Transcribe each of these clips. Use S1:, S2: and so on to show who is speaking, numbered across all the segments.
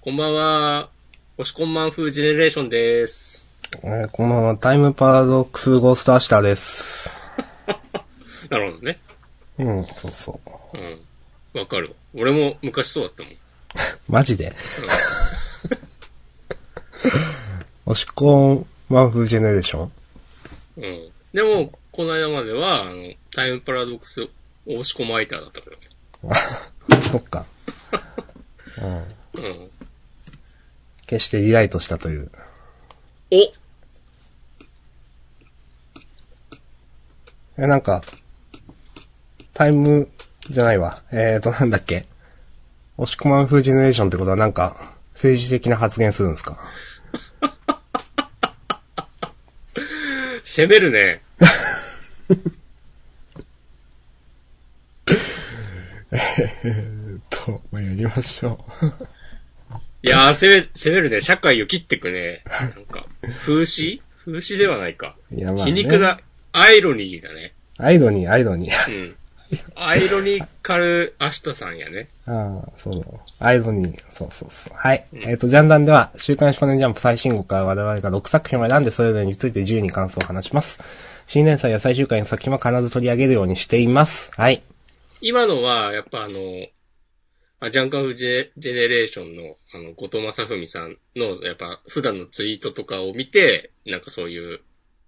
S1: こんばんは。押しこんまん風ジェネレーションです。
S2: えーこんばんは、タイムパラドックスゴーストアシターです。
S1: なるほどね。
S2: うん、そうそう。
S1: うん。わかるわ。俺も昔そうだったもん。
S2: マジで。 おしこんマンフージェネレーション
S1: うん。でも、この間までは、あの、タイムパラドックス、押し込まイターだったから
S2: そっか。うん。
S1: ね。
S2: 決してリライトしたという。
S1: うん。お
S2: え、なんか、タイムじゃないわ。えーと、なんだっけ。おしこまんフージェネレーションってことはなんか、政治的な発言するんですか
S1: 攻めるね。
S2: と、やりましょ
S1: いやー、攻め、攻めるね。社会を切ってくね。なんか、風刺風刺ではないか。
S2: う。いや、まあ、
S1: 皮肉。だ。アイロニーだね。
S2: アイドニー、アイドニー。
S1: うん。アイロニカルアシタさんやね。
S2: ああ、そう。アイドに、そうそうそう。はい。えっ、と、ジャンダンでは、週刊少年ジャンプ最新号から我々が6作品を選んで、それぞれについて自由に感想を話します。新連載や最終回の作品は必ず取り上げるようにしています。はい。
S1: 今のは、やっぱあの、あジャンカンフジェジェネレーションの、あの、後藤正文さんの、やっぱ、普段のツイートとかを見て、なんかそういう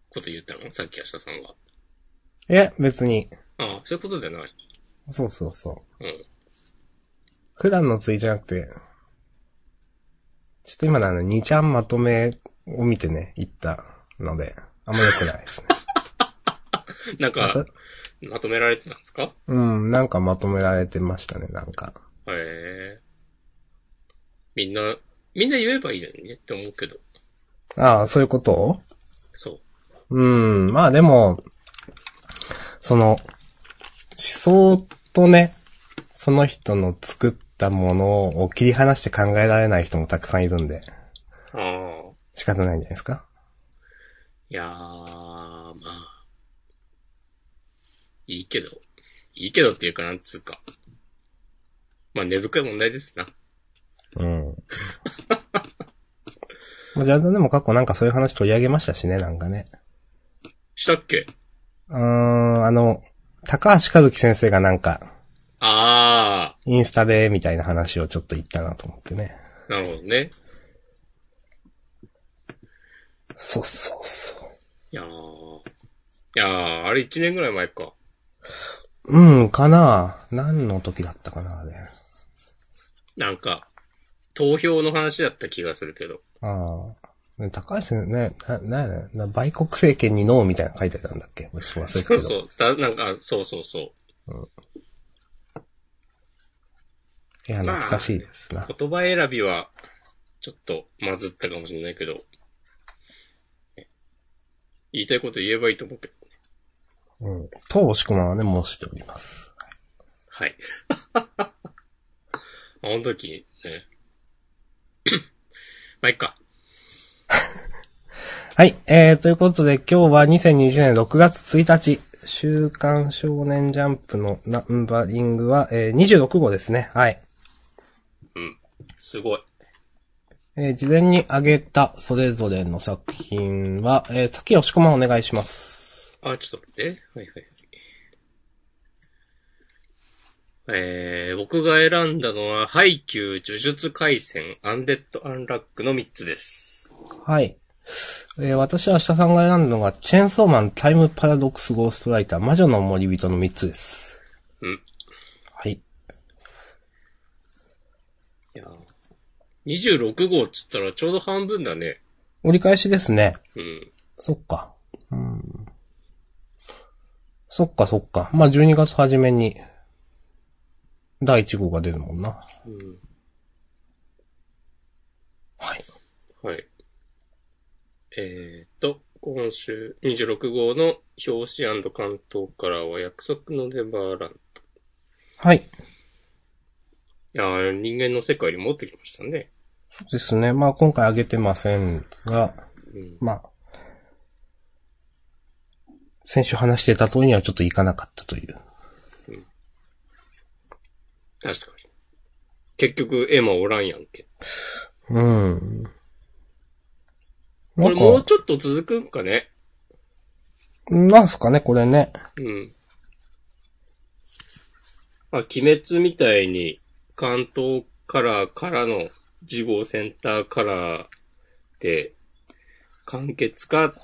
S1: こと言ったのさっきアシタさんは。
S2: え、別に。
S1: ああ、そういうことじゃない。
S2: そうそうそう。
S1: うん。
S2: 普段のツイじゃなくて、ちょっと今のあの、2ちゃんまとめを見てね、言ったので、あんま良くないですね。
S1: なん
S2: ま
S1: か
S2: た、
S1: まとめられてたんですか
S2: うん、なんかまとめられてましたね、なんか。
S1: へえ。みんな、みんな言えばいいのにねって思うけど。
S2: ああ、そういうことを
S1: そう。
S2: うん、まあでも、その、思想とね、その人の作ったものを切り離して考えられない人もたくさんいるんで、
S1: ああ。
S2: 仕方ないんじゃないですか。
S1: いやー、まあ。いいけど。いいけどっていうかなんつうか。まあ、根深い問題ですな。
S2: うん。 まあ、ジャンルでも過去なんかそういう話取り上げましたしね、なんかね。
S1: したっけ
S2: うーん、あの、高橋和樹先生がなんか、
S1: あ
S2: インスタで、みたいな話をちょっと言ったなと思ってね。
S1: ー、なるほどね。
S2: そうそうそう。
S1: いやー。いやー、あれ1年ぐらい前か。
S2: うん、かな何の時だったかな、あれ。
S1: なんか、投票の話だった気がするけど。
S2: ああ。ね高橋先生ね、な、なんやねな、売国政権にノーみたいなの書いてたんだっけ私忘れた
S1: そう
S2: けど。
S1: そう。だ、なんか、そうそうそう。
S2: いや、懐かしいですな。
S1: 言葉選びは、ちょっと、まずったかもしれないけど。ね言いたいこと言えばいいと思うけど。
S2: うん。と、押し込まんはね、申しております。
S1: はい。 あの時、ね。 まあ、いっか。
S2: はい。えー、ということで、今日は2020年6月1日、週刊少年ジャンプのナンバリングは、えー、26号ですね。はい。
S1: うん。すごい。
S2: えー、事前に挙げたそれぞれの作品は、えー、先押し込まんお願いします。
S1: あ、ちょっと待って。はいはいはい。えー、僕が選んだのは、ハイキュー、呪術回戦、アンデッド・アンラックの3つです。
S2: はい。えー私は明日さんが選んだのが、チェーンソーマン、タイムパラドックス、ゴーストライター、魔女の森人の3つです。
S1: うん。
S2: はい。
S1: いやー26号っつったらちょうど半分だね。
S2: 折り返しですね。
S1: うん。
S2: そっか。うん。そっかそっか。まあ、12月初めに、第1号が出るもんな。
S1: う
S2: はい。
S1: ん。はい。えーと、今週26号の表紙関東からは約束のネバーラン
S2: はい。
S1: ド。いやー人間の世界に戻ってきましたね。
S2: そうですね。まあ、今回挙げてませんが、
S1: うん。
S2: まあ、先週話してた通りにはちょっといかなかったという。
S1: 確かに。結局、エマおらんやんけ。
S2: うん。
S1: こ
S2: な
S1: れ
S2: ん
S1: もう
S2: か、
S1: ちょっと続くんかね。
S2: なんすかね、これね。
S1: うん。まあ、鬼滅みたいに、関東カラーからの次号センターカラーで完結か、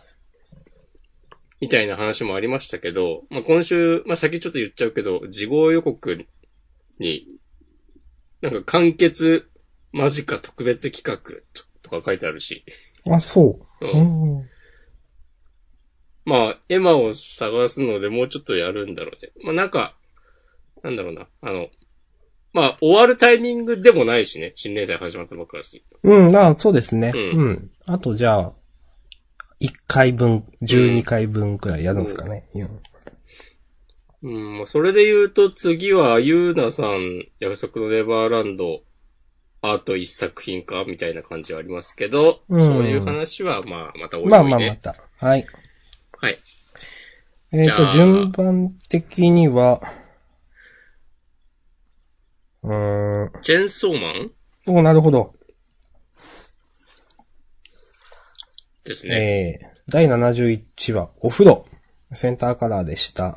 S1: みたいな話もありましたけど、まあ、今週、まあ、先ちょっと言っちゃうけど、次号予告に、なんか完結間近特別企画ととか書いてあるし。
S2: あ、そう。
S1: う
S2: うんん。
S1: まあ、エマを探すのでもうちょっとやるんだろうね。まあなんか、なんだろうな。あの、まあ終わるタイミングでもないしね。新連載始まったばっかだし。
S2: うん、あそうですね。
S1: う
S2: うんん。あと、じゃあ、1回分、
S1: うん
S2: 12回分くらいやるんですかね。うん
S1: うん、まあそれで言うと次は、ゆうなさん、約束のネバーランド、あと一作品か、みたいな感じはありますけど、
S2: うん
S1: そういう話は、まあ、またおいおいね。
S2: まあまあ、また。はい。
S1: はい。
S2: えー、
S1: じゃあ
S2: じゃあ、順番的には、うーん。
S1: チェンソーマン
S2: おなるほど。
S1: ですね。
S2: えー、第71話、お風呂。センターカラーでした。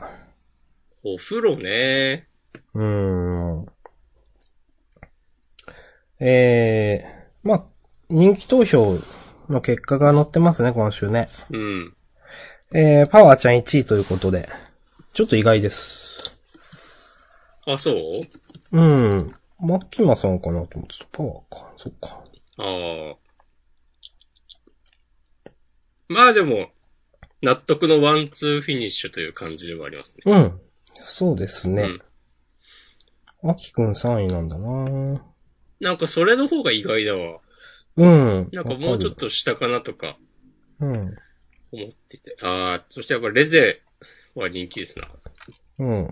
S1: お風呂ね。
S2: うーん。えー、まあ、人気投票の結果が載ってますね、今週ね。
S1: うん。
S2: えー、パワーちゃん1位ということで、ちょっと意外です。
S1: あ、そう
S2: うん。マキマさんかなと思ってた。パワーか。そっか。
S1: ああ。まあでも、納得のワンツーフィニッシュという感じではありますね。
S2: うん。そうですね。
S1: うん
S2: あきくん3位なんだな
S1: なんかそれの方が意外だわ。
S2: うん。
S1: なんかもうちょっ
S2: と。
S1: と下かなとか
S2: うん。
S1: 思ってて。ああ、そしてやっぱレゼは人気ですな。
S2: うん。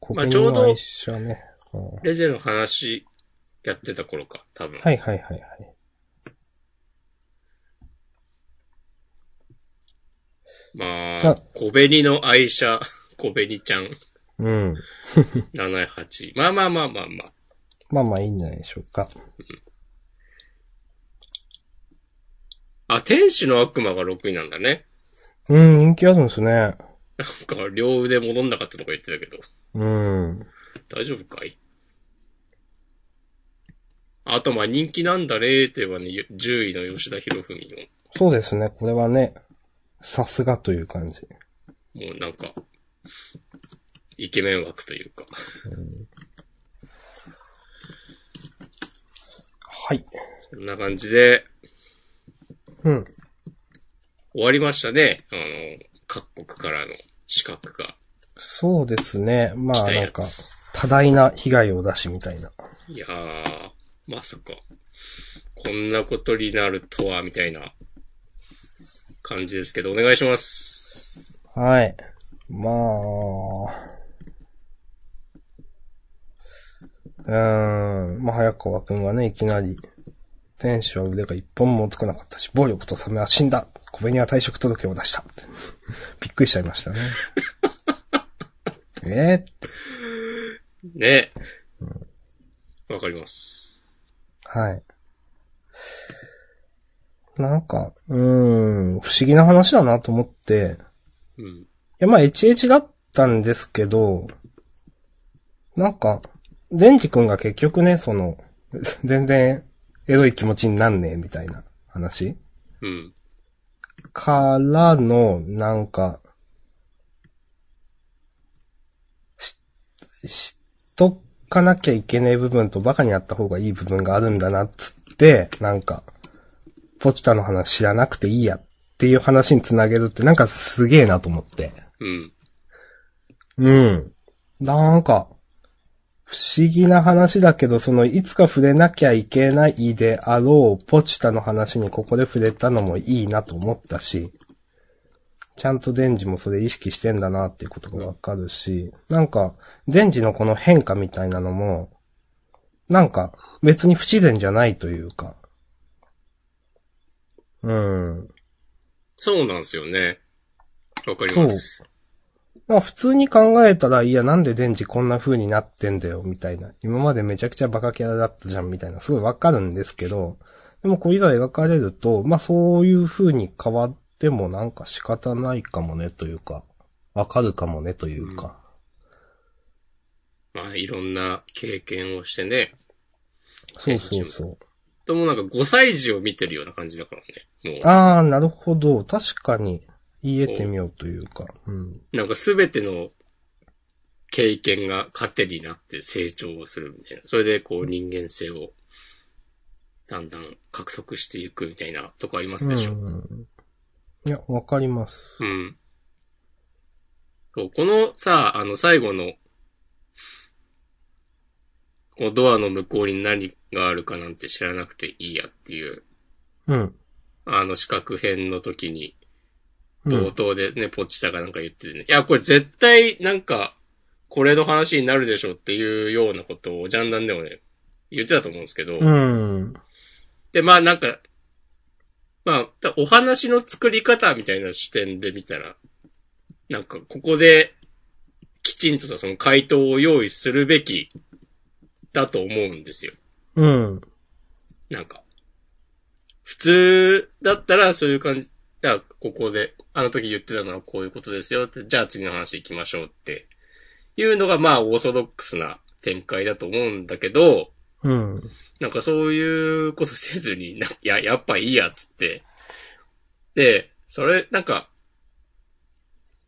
S2: 国
S1: まあ
S2: 民
S1: ちょうど
S2: の愛車ね。うん
S1: レゼの話やってた頃か、多分。
S2: はいはいはいはい。
S1: ま
S2: あ
S1: あ、小紅の愛車、 小紅ちゃん
S2: うん。
S1: 78。まあまあまあまあまあ。
S2: まあまあいいんじゃないでしょうか。
S1: あ、天使の悪魔が6位なんだね。
S2: うん、人気あるんですね。
S1: なんか両腕戻んなかったとか言ってたけど。
S2: うん。
S1: 大丈夫かいあと、まあ、人気なんだね、といえばね、ゆ10位の吉田博文
S2: そうですね、これはね、さすがという感じ。
S1: の、もうなんか、イケメン枠というか。
S2: はい。
S1: そんな感じで、
S2: うん。
S1: 終わりましたね。あの、各国からの資格が
S2: そうですね、ま
S1: 来
S2: あ
S1: た
S2: なん
S1: や
S2: か、
S1: つ。
S2: 多大な被害を出しみたいな。
S1: いやー、まさか、こんなことになるとは、みたいな感じですけど、お願いします。
S2: はい。まあ、うーん、まあ早川くんはね、いきなり、天使は腕が一本もつかなかったし、暴力とサメは死んだ小紅は退職届を出したってびっくりしちゃいました ね。えーって
S1: ね。わかります。
S2: はい。なんか、うーん、不思議な話だなと思って、
S1: うん。
S2: いや、まあ、HH だったんですけど、なんか、デンジ君が結局ね、その、 全然、エロい気持ちになんねえ、みたいな話
S1: うん。
S2: からの、なんか、し、しとかなきゃいけねえ部分とバカにあった方がいい部分があるんだな、つって、なんか、ポチタの話知らなくていいやっていう話につなげるって、なんかすげえなと思って。
S1: うん。
S2: うん。なんか、不思議な話だけど、その、いつか触れなきゃいけないであろう、ポチタの話にここで触れたのもいいなと思ったし、ちゃんとデンジもそれ意識してんだなっていうことがわかるし、なんか、デンジのこの変化みたいなのも、なんか、別に不自然じゃないというか、うん。
S1: そうなんですよね。わかります。
S2: まあ普通に考えたら、いや、なんでデンジこんな風になってんだよ、みたいな。今までめちゃくちゃバカキャラだったじゃん、みたいな。すごいわかるんですけど、でもこういざ描かれると、まあそういう風に変わってもなんか仕方ないかもね、というか、わかるかもね、というか。
S1: まあ、いろんな経験をしてね。
S2: そうそうそう。
S1: ともなんか5歳児を見てるような感じだからね。も
S2: あー、なるほど。確かに、言えてみようというか。うん。
S1: う、なんかすべての経験が糧になって成長をするみたいな。それでこう人間性をだんだん獲得していくみたいなとこありますでしょ。
S2: うんうんいや、わかります。
S1: うん。そうこのさ、あの最後の、こうドアの向こうに何があるかなんて知らなくていいやっていう、
S2: うん。
S1: あの四角編の時に、
S2: う
S1: 冒
S2: ん、
S1: 頭でね、ポチタがなんか言っててね。いや、これ絶対なんか、これの話になるでしょっていうようなことをジャンダンでもね、言ってたと思うんですけど。
S2: うん。
S1: で、まあなんか、まあ、お話の作り方みたいな視点で見たら、なんかここで、きちんとさ、その回答を用意するべき、だと思うんですよ。
S2: うん。
S1: なんか。普通だったらそういう感じ、じゃあここで、あの時言ってたのはこういうことですよって、じゃあ次の話行きましょうって、いうのがまあオーソドックスな展開だと思うんだけど、
S2: うん。
S1: なんかそういうことせずに、ないや、 やっぱいいやっつって。で、それ、なんか、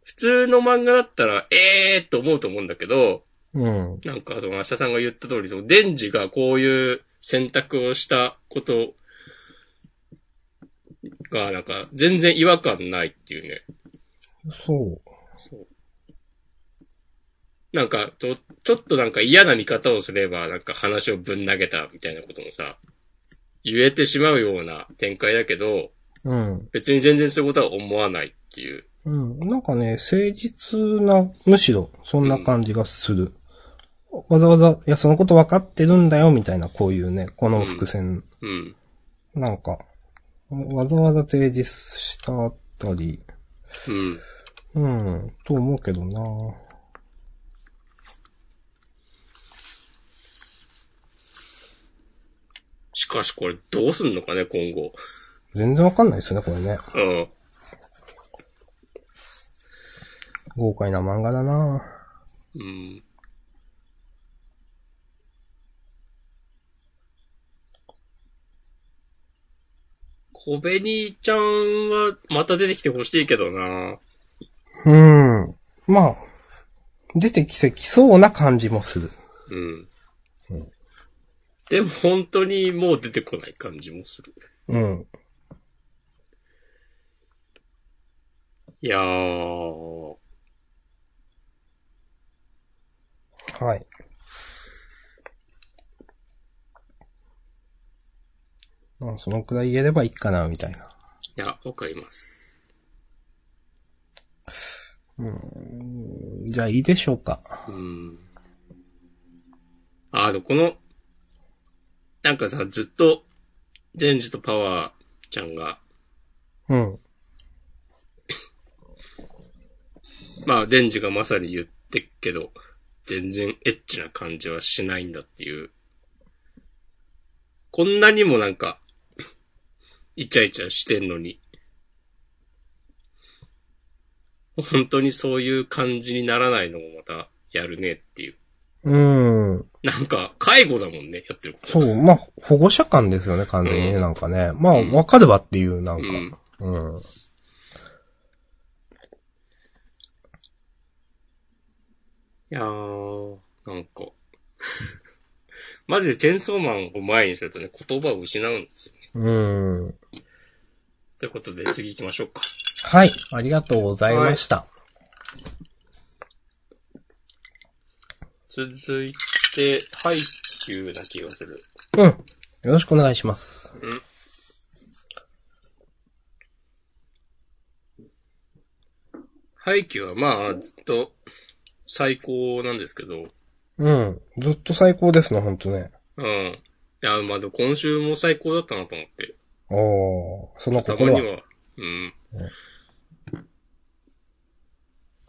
S1: 普通の漫画だったら、ええー、と思うと思うんだけど、
S2: うん。
S1: なんかその明日さんが言った通り、そのデンジがこういう選択をしたことが、なんか全然違和感ないっていうね。
S2: そう。
S1: そう。なんか、ちょ、ちょっとなんか嫌な見方をすれば、なんか話をぶん投げたみたいなこともさ、言えてしまうような展開だけど、
S2: うん。
S1: 別に全然そういうことは思わないっていう。
S2: うん。なんかね、誠実な、むしろ、そんな感じがする。わざわざ、いや、そのこと分かってるんだよ、みたいな、こういうね、この伏線。
S1: うん。
S2: なんか、わざわざ提示したあたり、
S1: うん。
S2: うん、と思うけどな
S1: しかしこれどうすんのかね、今後。
S2: 全然わかんないですよね、これね。
S1: うん。
S2: 豪快な漫画だな
S1: うん。小紅ちゃんはまた出てきてほしいけどな
S2: うん。まあ、出てきてきそうな感じもする。
S1: うん
S2: うん。
S1: でも本当にもう出てこない感じもする。
S2: うん。
S1: いやー、
S2: はい。まあ、そのくらい言えればいいかな、みたいな。
S1: いや、わかります。
S2: じゃあいいでしょうか。
S1: うん。あー、でもこの、なんかさ、ずっと、デンジとパワーちゃんが、
S2: うん。
S1: まあ、デンジがまさに言ってっけど、全然エッチな感じはしないんだっていう。こんなにもなんか、イチャイチャしてんのに。本当にそういう感じにならないのもまたやるねっていう。
S2: うん。
S1: なんか、介護だもんね、やってること。
S2: そう、まあ、保護者感ですよね、完全にね、
S1: うん
S2: なんかね。まあ、
S1: うん
S2: わかるわっていう、なん
S1: う
S2: か。
S1: ん。
S2: うん。
S1: いやー、なんか。 マジでチェンソーマンを前にするとね、言葉を失うんですよね。
S2: うん。
S1: ということで、次行きましょうか。
S2: はい、ありがとうございました。
S1: 続いて、ハイキューな気がする。
S2: うん。よろしくお願いします。
S1: ハイキューはまあ、ずっと最高なんですけど、
S2: うん。ずっと最高ですね、ほんとね。
S1: うん。いや、まあでも今週も最高だったなと思って。
S2: おー、その
S1: たま
S2: 心
S1: に
S2: は。
S1: は。うん。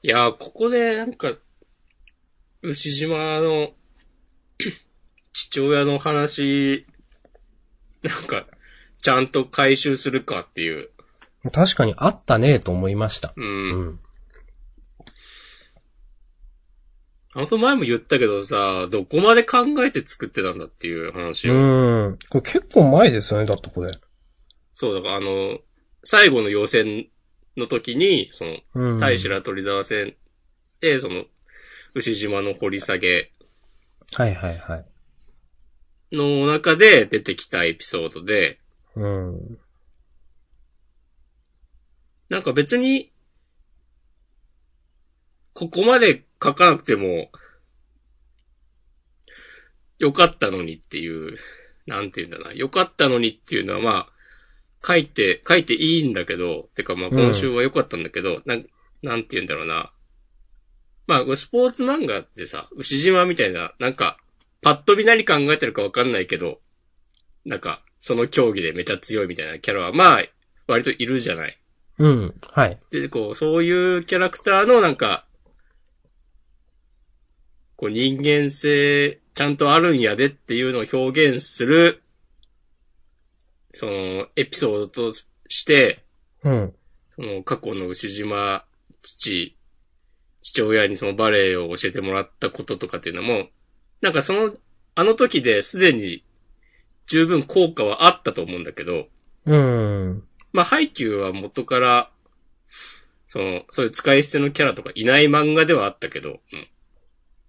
S1: いやー、ここで、なんか、牛島の、 父親の話、なんか、ちゃんと回収するかっていう。
S2: 確かにあったねと思いました。
S1: う。
S2: うんん。
S1: あの、その前も言ったけどさ、どこまで考えて作ってたんだっていう話を。
S2: うん。これ結構前ですよね、だってこれ。
S1: そう、だからあの、最後の予選の時に、その、
S2: うん。
S1: 対白鳥沢戦で、その、牛島の掘り下げ
S2: はいはいはい。
S1: の中で出てきたエピソードで、
S2: うん。
S1: なんか別に、ここまで書かなくても、よかったのにっていう、なんて言うんだな。よかったのにっていうのはまあ、書いて、書いていいんだけど、てかまあ
S2: うん
S1: 今週は良かったんだけど、なん、なんて言うんだろうな。まあ、スポーツ漫画ってさ、牛島みたいな、なんか、パッと見何考えてるかわかんないけど、なんか、その競技でめちゃ強いみたいなキャラは、まあ、割といるじゃない。
S2: うん。はい。
S1: で、こう、そういうキャラクターのなんか、こう人間性ちゃんとあるんやでっていうのを表現する、その、エピソードとして、
S2: うん。
S1: その過去の牛島父、父親にそのバレエを教えてもらったこととかっていうのも、なんかその、あの時ですでに十分効果はあったと思うんだけど、
S2: うん。
S1: まあ、ハイキューは元から、その、そういう使い捨てのキャラとかいない漫画ではあったけど、うん。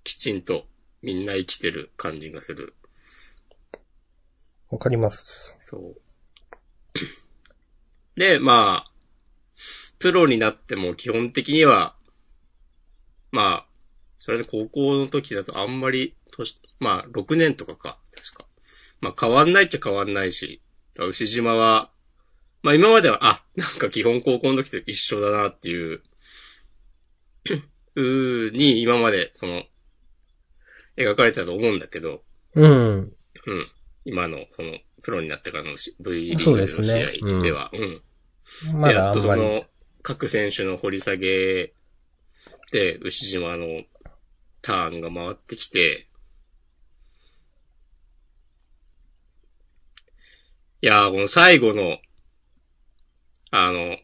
S1: きちんとみんな生きてる感じがする。
S2: わかります。
S1: そう。で、まあ、プロになっても基本的には、まあ、それで高校の時だとあんまり年、まあ、6年とかか、確か。まあ、変わんないっちゃ変わんないし、だから牛島は、まあ今までは、あ、なんか基本高校の時と一緒だなっていう、うーに今まで、その、描かれてたと思うんだけど、
S2: うん。
S1: うん。今の、その、プロになってからのし V リー
S2: そ
S1: グ
S2: う
S1: の
S2: ですね
S1: 試合では、うん。
S2: ま
S1: で、
S2: だ
S1: やっ
S2: あ
S1: と
S2: ん
S1: そ
S2: まり。
S1: の、各選手の掘り下げで、牛島のターンが回ってきて、いやー、この最後の、あの、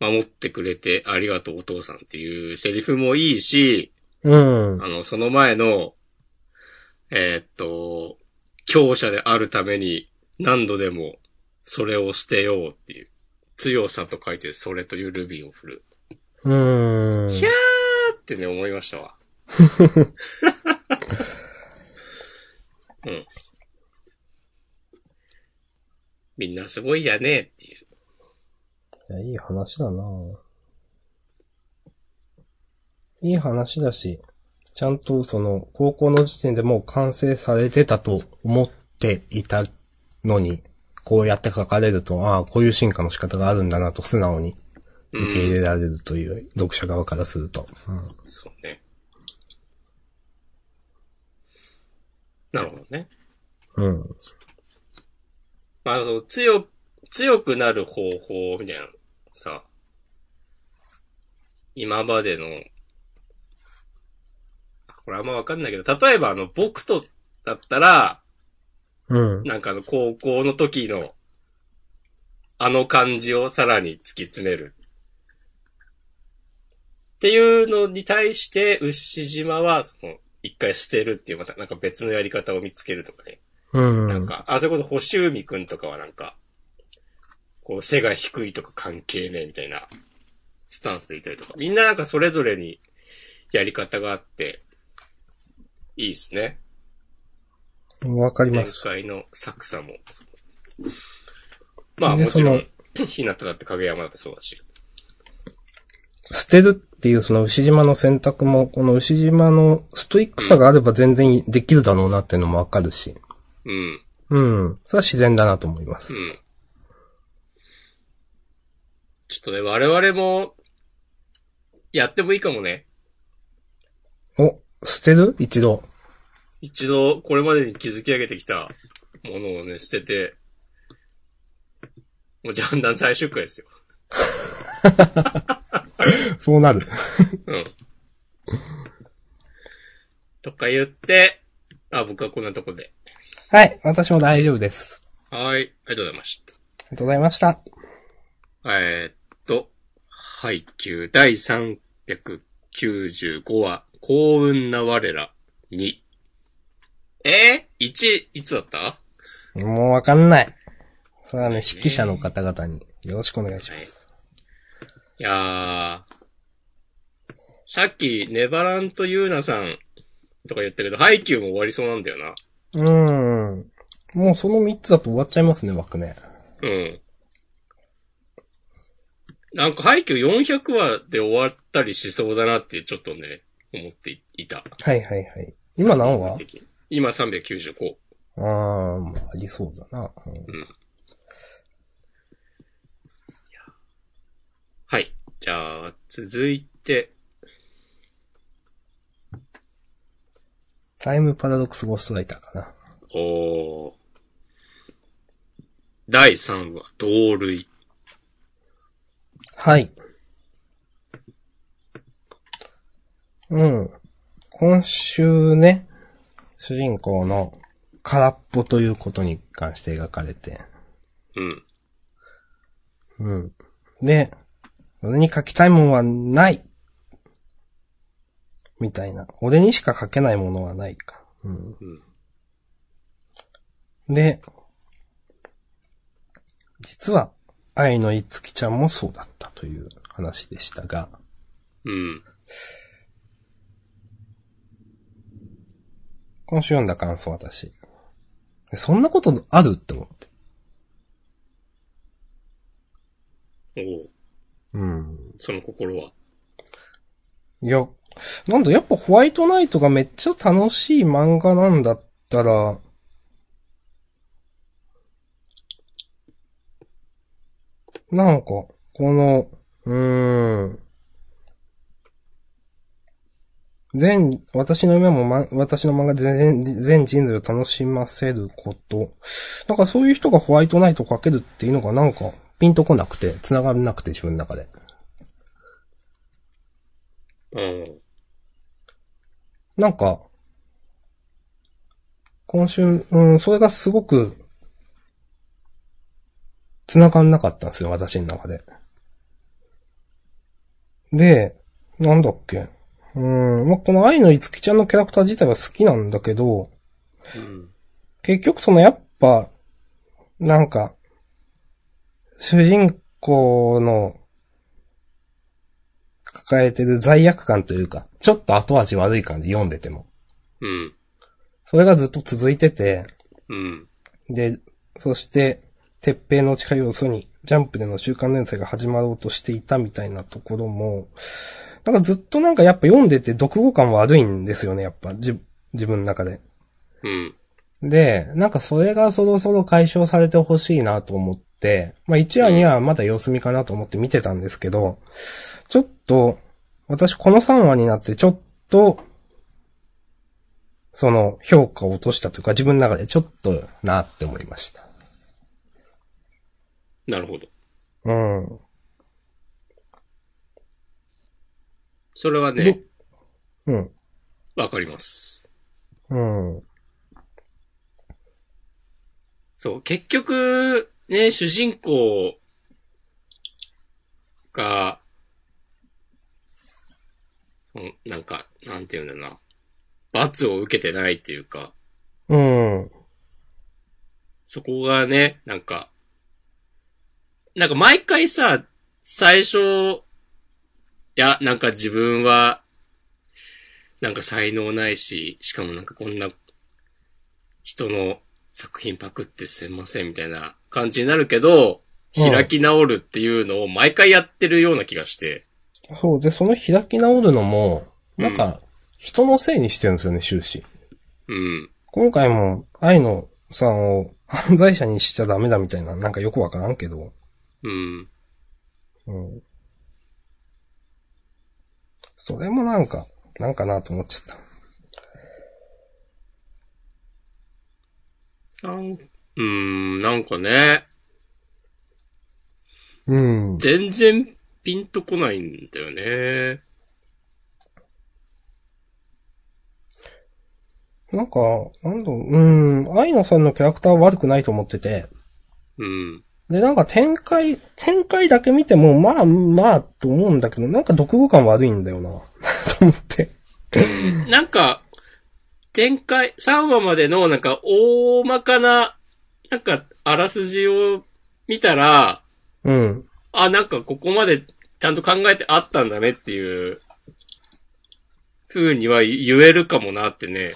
S1: 守ってくれてありがとうお父さんっていうセリフもいいし、
S2: うん。
S1: あの、その前の、えーっと、強者であるために何度でもそれを捨てようっていう。強さと書いてそれというルビーを振る。
S2: うん。
S1: ひゃーってね、思いました わ。うん。みんなすごいやねっていう。
S2: いや、いい話だなぁいい話だし、ちゃんとその、高校の時点でもう完成されてたと思っていたのに、こうやって書かれると、ああ、こういう進化の仕方があるんだなと素直に受け入れられるという、読者側からすると。
S1: そうね。なるほどね。
S2: うん。うん。
S1: まあ、そう、強、強くなる方法みたいなのさ、今までの、あこれあんまわかんないけど、例えばあの、僕とだったら、
S2: うん。
S1: なんかあの、高校の時の、あの感じをさらに突き詰める。っていうのに対して、牛島は、その、一回捨てるっていう、またなんか別のやり方を見つけるとかね。
S2: うん。
S1: なんか、あ、それこそ星海くんとかはなんか、こう背が低いとか関係ねえみたいなスタンスでいたりとか、みんななんかそれぞれにやり方があって、いいですね。
S2: わかりま
S1: 前
S2: す。
S1: 回の作者も。まあ
S2: で
S1: もちろ
S2: そ
S1: ん、日向だって影山だってそうだし。
S2: 捨てるっていうその牛島の選択も、この牛島のストイックさがあれば全然できるだろうなっていうのもわかるし。
S1: うん、うん。
S2: うん。それは自然だなと思います。
S1: ちょっとね、我々も、やってもいいかもね。
S2: お、捨てる一度。
S1: 一度これまでに築き上げてきたものをね、捨てて、もうジャンダン最終回ですよ。
S2: そうなる。
S1: うん。 とか言って、あ、僕はこんなとこで。
S2: はい。私も大丈夫です。
S1: はい。ありがとうございました。
S2: ありがとうございました。
S1: えーっと、配給第395話、幸運な我ら2。えー、?1、いつだったは
S2: もうわかんない。それはね、指揮者の方々によろしくお願いし
S1: い
S2: ます。。
S1: いやー。さっき、ネバランとユーナさんとか言ったけど、配給も終わりそうなんだよな。
S2: うーん。もうその3つだと終わっちゃいますね、枠ね。
S1: うん。なんか、配給400話で終わったりしそうだなって、ちょっとね、思っていた。
S2: はいはいはい。今何話
S1: 的に今395。
S2: あー、まあ、ありそうだな。うん
S1: はい。じゃあ、続いて、
S2: タイムパラドックスゴーストライターかな。
S1: おー第3話、同類。
S2: はい。うん。今週ね、主人公の空っぽということに関して描かれて。
S1: うん。
S2: うん。で、俺に書きたいもんはないみたいな。俺にしか書けないものはないか。うん。
S1: うん
S2: で、実は、愛のいつきちゃんもそうだったという話でしたが、
S1: うん。
S2: 今週読んだ感想私。そんなことあるって思って。
S1: おー
S2: うん。
S1: その心は。
S2: いや、なんだ、やっぱホワイトナイトがめっちゃ楽しい漫画なんだったら、なんか、この、うーん。全、私の夢も、ま、私の漫画全然、全人類を楽しませること。なんかそういう人がホワイトナイトをかけるっていうのがなんか、ピンとこなくて、繋がらなくて自分の中で。
S1: うん。
S2: なんか、今週、うん、それがすごく、繋がんなかったんですよ、私の中で。で、なんだっけ。うん、まあ、この愛のいつきちゃんのキャラクター自体は好きなんだけど、
S1: うん。
S2: 結局そのやっぱ、なんか、主人公の抱えてる罪悪感というか、ちょっと後味悪い感じ読んでても。
S1: うん。
S2: それがずっと続いてて、
S1: うん。
S2: で、そして、鉄平の誓いを嘘に、ジャンプでの週刊連載が始まろうとしていたみたいなところも、なんかずっとなんかやっぱ読んでて読後感悪いんですよね、やっぱ、じ自分の中で。
S1: うん。
S2: で、なんかそれがそろそろ解消されてほしいなと思って、まあ1話2話はまだ様子見かなと思って見てたんですけど、ちょっと、私この3話になってちょっと、その評価を落としたというか自分の中でちょっとなって思いました。
S1: なるほど。
S2: うん。
S1: それはね、
S2: うん。
S1: わかります。
S2: うん。
S1: そう、結局、ね、主人公が、うんなんか、なんていうんだろうな。罰を受けてないっていうか、
S2: うん。
S1: そこがね、なんか、なんか毎回さ、最初、いや、なんか自分は、なんか才能ないし、しかもなんかこんな人の作品パクってすいませんみたいな感じになるけど、
S2: うん
S1: 開き直るっていうのを毎回やってるような気がして。
S2: そう。で、その開き直るのも、なんか、人のせいにしてるんですよね、終始。
S1: うん。
S2: 今回も、愛のさんを犯罪者にしちゃダメだみたいな、なんかよくわからんけど。
S1: うん。
S2: うん。それもなんか、なんかなと思っちゃっ
S1: なんうーん、なんかね、
S2: た。うん。
S1: 全然ピンとこないんだよね。
S2: なんか、なんだろう、うーん、愛野さんのキャラクターは悪くないと思ってて、
S1: うん。
S2: で、なんか展開、展開だけ見ても、まあ、まあ、と思うんだけど、なんか読後感悪いんだよな、と思って。
S1: なんか、展開、3話までのなんか大まかな、なんかあらすじを見たら、
S2: うん。
S1: あ、なんかここまでちゃんと考えてあったんだねっていう、風には言えるかもなってね、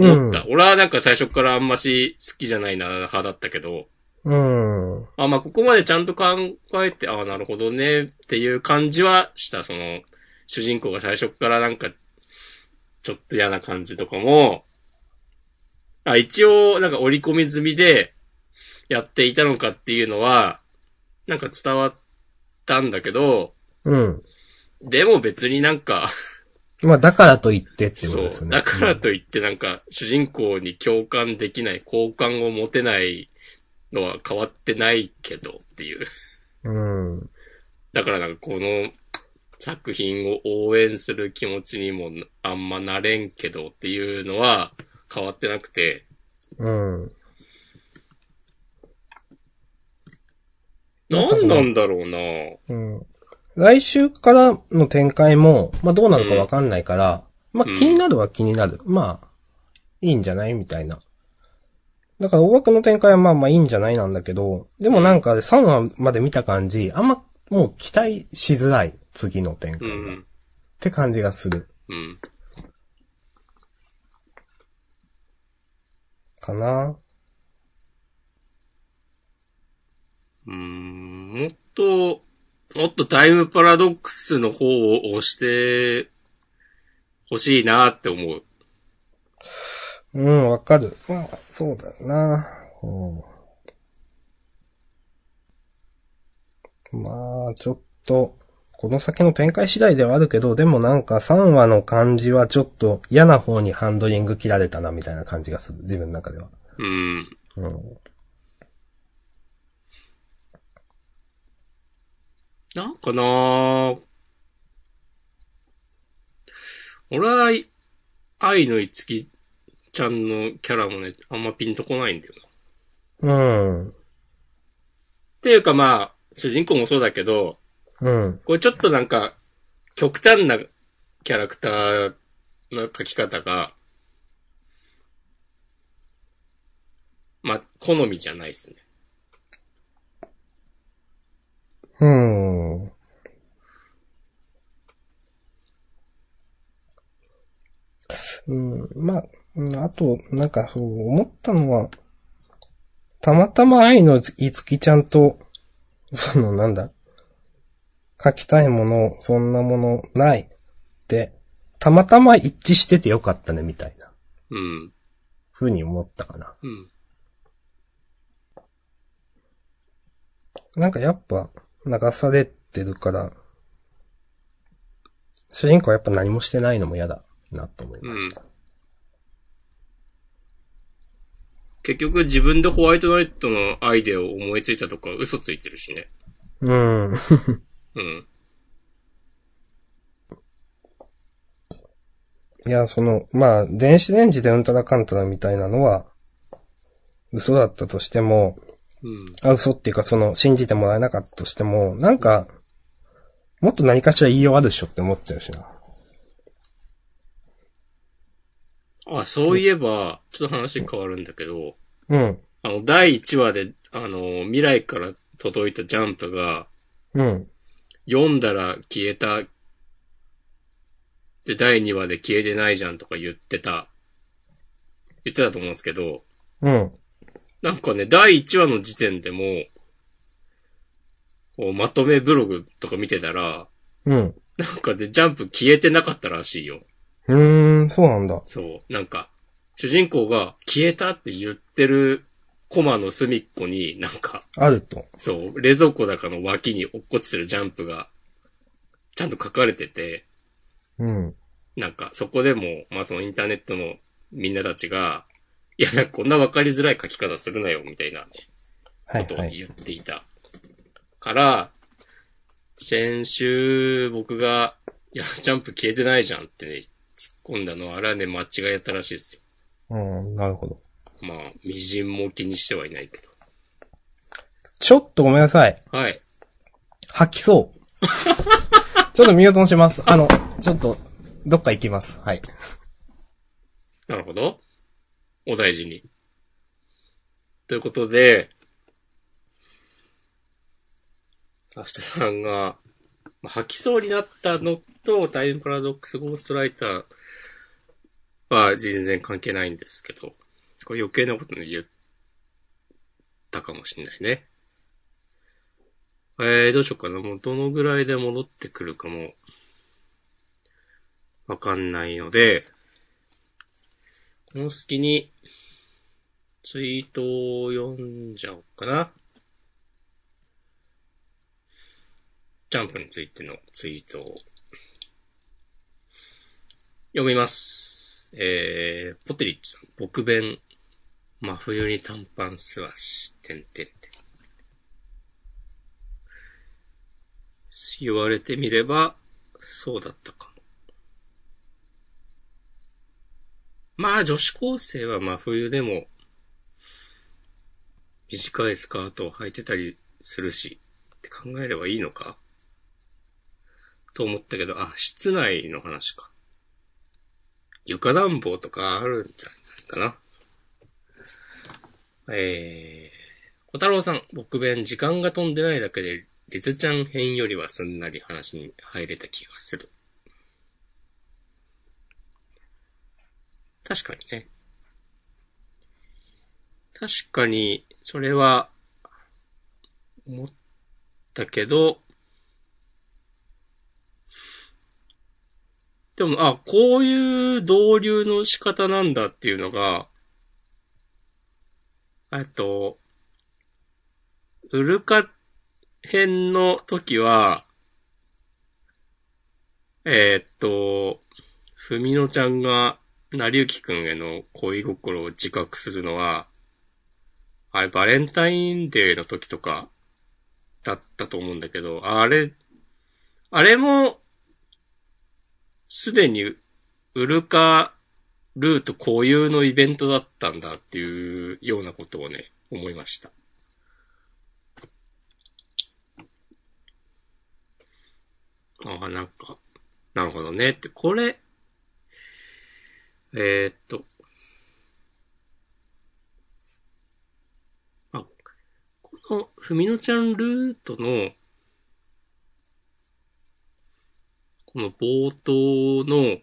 S1: 思った。俺はなんか最初からあんまし好きじゃないな派だったけど、
S2: うん。
S1: あ、まあここまでちゃんと考えて、あなるほどねっていう感じはした。その、主人公が最初からなんか、ちょっと嫌な感じとかも、あ、一応なんか織り込み済みでやっていたのかっていうのは、なんか伝わったんだけど、
S2: うん。
S1: でも別になんか、
S2: まあ、だからと言ってってこと
S1: そ
S2: です
S1: う。
S2: ね。
S1: だからといってなんか、主人公に共感できない、好感を持てないのは変わってないけどっていう。
S2: うん。うん。
S1: だからなんかこの作品を応援する気持ちにもあんまなれんけどっていうのは変わってなくて、
S2: うん。
S1: なんなんだろうな
S2: うん。来週からの展開も、まあ、どうなるかわかんないから、まあ、気になるは気になる。まあ、いいんじゃないみたいな。だから、大枠の展開はまあまあいいんじゃないなんだけど、でもなんか3話まで見た感じ、あんまもう期待しづらい。次の展
S1: う
S2: 開が。っ
S1: ん。
S2: て感じがする。
S1: うん。
S2: かな。
S1: うーん、もっと、もっとタイムパラドックスの方を押して欲しいなって思う。
S2: うん、わかる。まあ、そうだよな。うん、まあ、ちょっと、この先の展開次第ではあるけど、でもなんか3話の感じはちょっと嫌な方にハンドリング切られたなみたいな感じがする。自分の中では。
S1: うん。
S2: うん。
S1: なんかなぁ。俺は、い愛のいつきちゃんのキャラもね、あんまピンとこないんだよな。っ
S2: うん。
S1: ていうかまあ、主人公もそうだけど、
S2: うん。
S1: これちょっとなんか、極端なキャラクターの描き方が、まあ、好みじゃないっすね。
S2: うん。うん、まあ、うんあと、なんかそう、思ったのは、たまたま愛のいつきちゃんと、その、なんだ、書きたいもの、そんなものないって、たまたま一致しててよかったね、みたいな、
S1: うん。
S2: ふうに思ったかな。
S1: うん。
S2: なんかやっぱ、流されてるから、主人公はやっぱ何もしてないのも嫌だなと思いました。
S1: 結局自分でホワイトナイトのアイデアを思いついたとか嘘ついてるしね。
S2: う
S1: う
S2: ん。
S1: ん。
S2: いや、その、まあ、電子レンジでうんたらかんたらみたいなのは、嘘だったとしても、
S1: うん。
S2: あ、嘘っていうかその、信じてもらえなかったとしても、なんか、もっと何かしら言いようあるでしょって思っちゃうしな。
S1: あ、そういえば、ちょっと話変わるんだけど、
S2: うん。
S1: あの、第1話で、あの、未来から届いたジャンプが、
S2: うん。
S1: 読んだら消えた。で、第2話で消えてないじゃんとか言ってた。言ってたと思うんですけど、
S2: うん。
S1: なんかね、第1話の時点でも、こうまとめブログとか見てたら、
S2: うん。
S1: なんかで、ジャンプ消えてなかったらしいよ。
S2: うーん、そうなんだ。
S1: そう、なんか、主人公が消えたって言ってるコマの隅っこに、なんか、
S2: あると。
S1: そう、冷蔵庫だかの脇に落っこちてるジャンプが、ちゃんと書かれてて、
S2: うん。
S1: なんか、そこでも、まあそのインターネットのみんなたちが、いや、なんかこんなわかりづらい書き方するなよ、みたいな
S2: はい
S1: ことを
S2: はい。
S1: 言っていた。から、先週、僕が、いや、ジャンプ消えてないじゃんってね、突っ込んだのは、あれはね、間違いやったらしいですよ。
S2: うん、なるほど。
S1: まあ、微塵も気にしてはいないけど。
S2: ちょっとごめんなさい。
S1: はい。
S2: 吐きそう。 ちょっと見ようとします。あの、ちょっと、どっか行きます。はい。
S1: なるほど。お大事に。ということで、明日さんが、まあ吐きそうになったのと、タイムパラドックスゴーストライターは全然関係ないんですけど、これ余計なことに言ったかもしれないね。えー、どうしようかな。もうどのぐらいで戻ってくるかも、わかんないので、この隙に、ツイートを読んじゃおうかな。ジャンプについてのツイートを。読みます。えー、ポテリッチさん、僕弁、真冬に短パン素足、てんてんてん。言われてみれば、そうだったかも。まあ、女子高生は真冬でも、短いスカートを履いてたりするし、って考えればいいのかと思ったけど、あ、室内の話か。床暖房とかあるんじゃないかな。えー、小太郎さん、僕弁、時間が飛んでないだけで、リズちゃん編よりはすんなり話に入れた気がする。確かにね。確かに、それは、思ったけど、でも、あ、こういう導流の仕方なんだっていうのが、えっと、ウルカ編の時は、えーっと、ふみのちゃんが、なりゆきくんへの恋心を自覚するのは、あれ、バレンタインデーの時とか、だったと思うんだけど、あれ、あれも、すでに、ウルカルート固有のイベントだったんだっていうようなことをね、思いました。ああ、なんか、なるほどねって、これ、えーっと。あ、この、ふみのちゃんルートの、この冒頭の、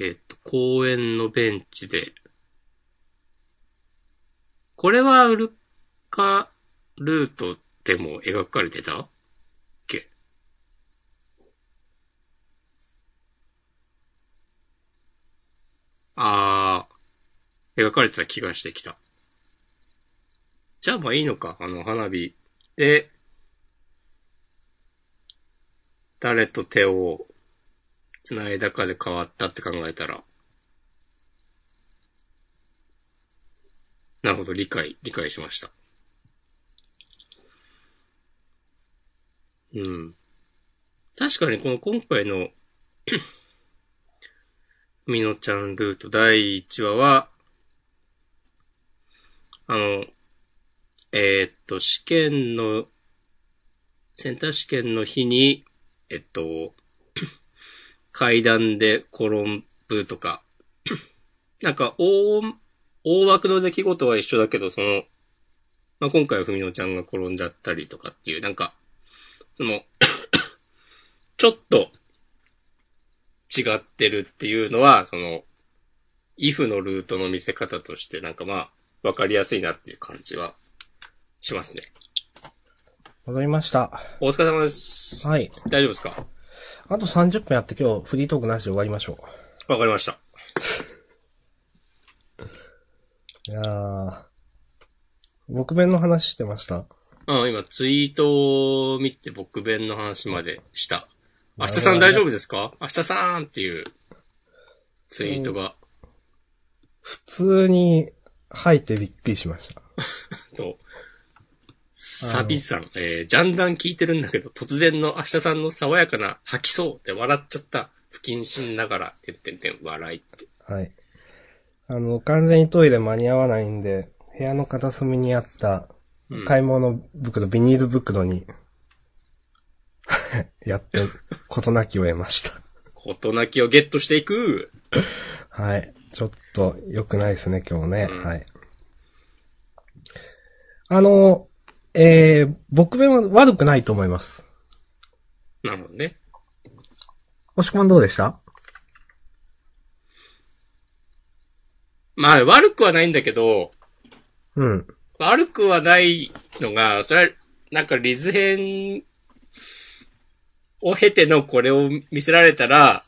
S1: えーっと、公園のベンチで、これはウルカルートでも描かれてたっけあー、描かれてた気がしてきた。じゃあまあいいのか、あの花火で、誰と手を繋いだかで変わったって考えたら、なるほど、理解、理解しました。うん。確かにこの今回の、みのちゃんルート第1話は、あの、えーっと、試験の、センター試験の日に、えっと、 階段で転ぶとか、 なんか大、大枠の出来事は一緒だけど、その、まあ、今回はふみのちゃんが転んじゃったりとかっていう、なんか、その、 ちょっと違ってるっていうのは、その、イフのルートの見せ方として、なんかまあ、わかりやすいなっていう感じはしますね。
S2: わかりました。
S1: お疲れ様です。
S2: はい。
S1: 大丈夫ですか
S2: あと30分やって今日フリートークなしで終わりましょ
S1: わかりました。
S2: う。いやー。僕弁の話してました。
S1: うん、今、ツイートを見て、僕弁の話までした。明日さん大丈夫ですか明日さんっていうツイートが、
S2: 普通に吐いてびっくりしました。
S1: と、サビさん、えー、ジャンダン聞いてるんだけど、突然の明日さんの爽やかな吐きそうって笑っちゃった。不謹慎ながら、てんてんてん、笑いって。
S2: はい。あの、完全にトイレ間に合わないんで、部屋の片隅にあった、買い物袋、ビニール袋に、 やって、ことなきを得ました。
S1: 事なきをゲットしていく
S2: はい。ちょっと良くないですね、今日ね。
S1: うん
S2: はい。あの、えー、僕弁は悪くないと思います。
S1: なるほどね。
S2: 押し込まんどうでした
S1: まあ、悪くはないんだけど、
S2: うん。
S1: 悪くはないのが、それは、なんかリズ編を経てのこれを見せられたら、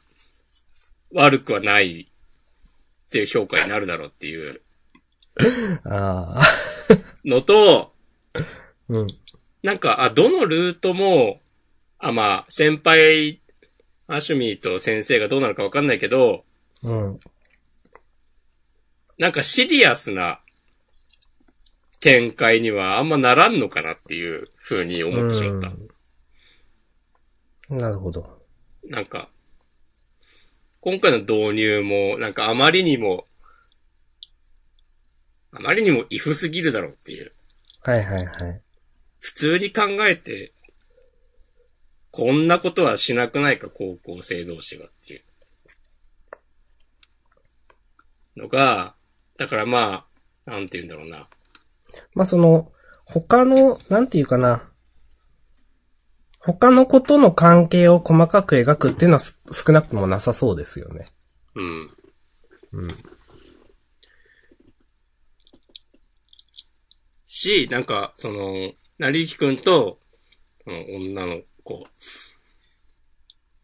S1: 悪くはないっていう評価になるだろうっていう
S2: ああ、
S1: のと、
S2: うん。
S1: なんか、あ、どのルートも、あ、まあ、先輩、アシュミーと先生がどうなるかわかんないけど、
S2: うん。
S1: なんかシリアスな展開にはあんまならんのかなっていう風に思ってしまった。
S2: うん。なるほど。
S1: なんか、今回の導入も、なんかあまりにも、あまりにもイフすぎるだろうっていう。
S2: はいはいはい。
S1: 普通に考えて、こんなことはしなくないか、高校生同士がっていう。のが、だからまあ、なんて言うんだろうな。
S2: まあ、その、他の、なんていうかな。他のことの関係を細かく描くっていうのはす少なくともなさそうですよね。
S1: うん。
S2: うん。
S1: し、なんか、その、なりゆきくんと、その女の子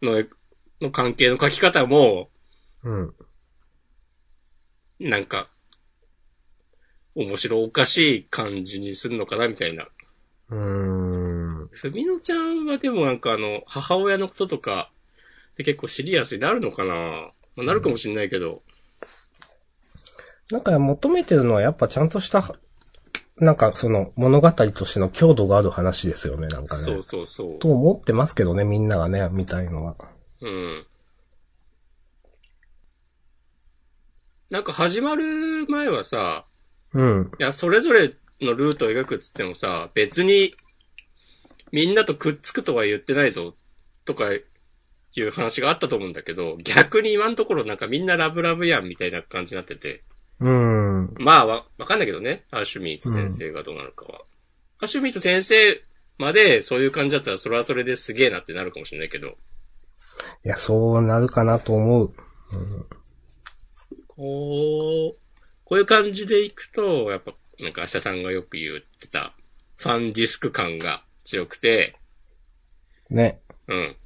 S1: の、の関係の書き方も、
S2: うん。
S1: なんか、面白おかしい感じにするのかな、みたいな。
S2: うーん。
S1: ふみのちゃんはでもなんかあの、母親のこととか、で結構シリアスになるのかな、まあ、なるかもしんないけど、
S2: なんか求めてるのはやっぱちゃんとした、なんかその物語としての強度がある話ですよね、なんかね。
S1: そうそうそう。
S2: と思ってますけどね、みんながね、見たいのは。
S1: うん。なんか始まる前はさ、
S2: うん。
S1: いや、それぞれのルートを描くっつってもさ、別に、みんなとくっつくとは言ってないぞ、とか、いう話があったと思うんだけど、逆に今のところなんかみんなラブラブやんみたいな感じになってて。
S2: うん。
S1: まあ、わ、わかんないけどね。アシュミート先生がどうなるかは。アシュミート先生までそういう感じだったらそれはそれですげえなってなるかもしれないけど、
S2: いや、そうなるかなと思う。
S1: こう、こういう感じでいくと、やっぱ、なんか、アシャさんがよく言ってた、ファンディスク感が強くて、
S2: ね。
S1: うん。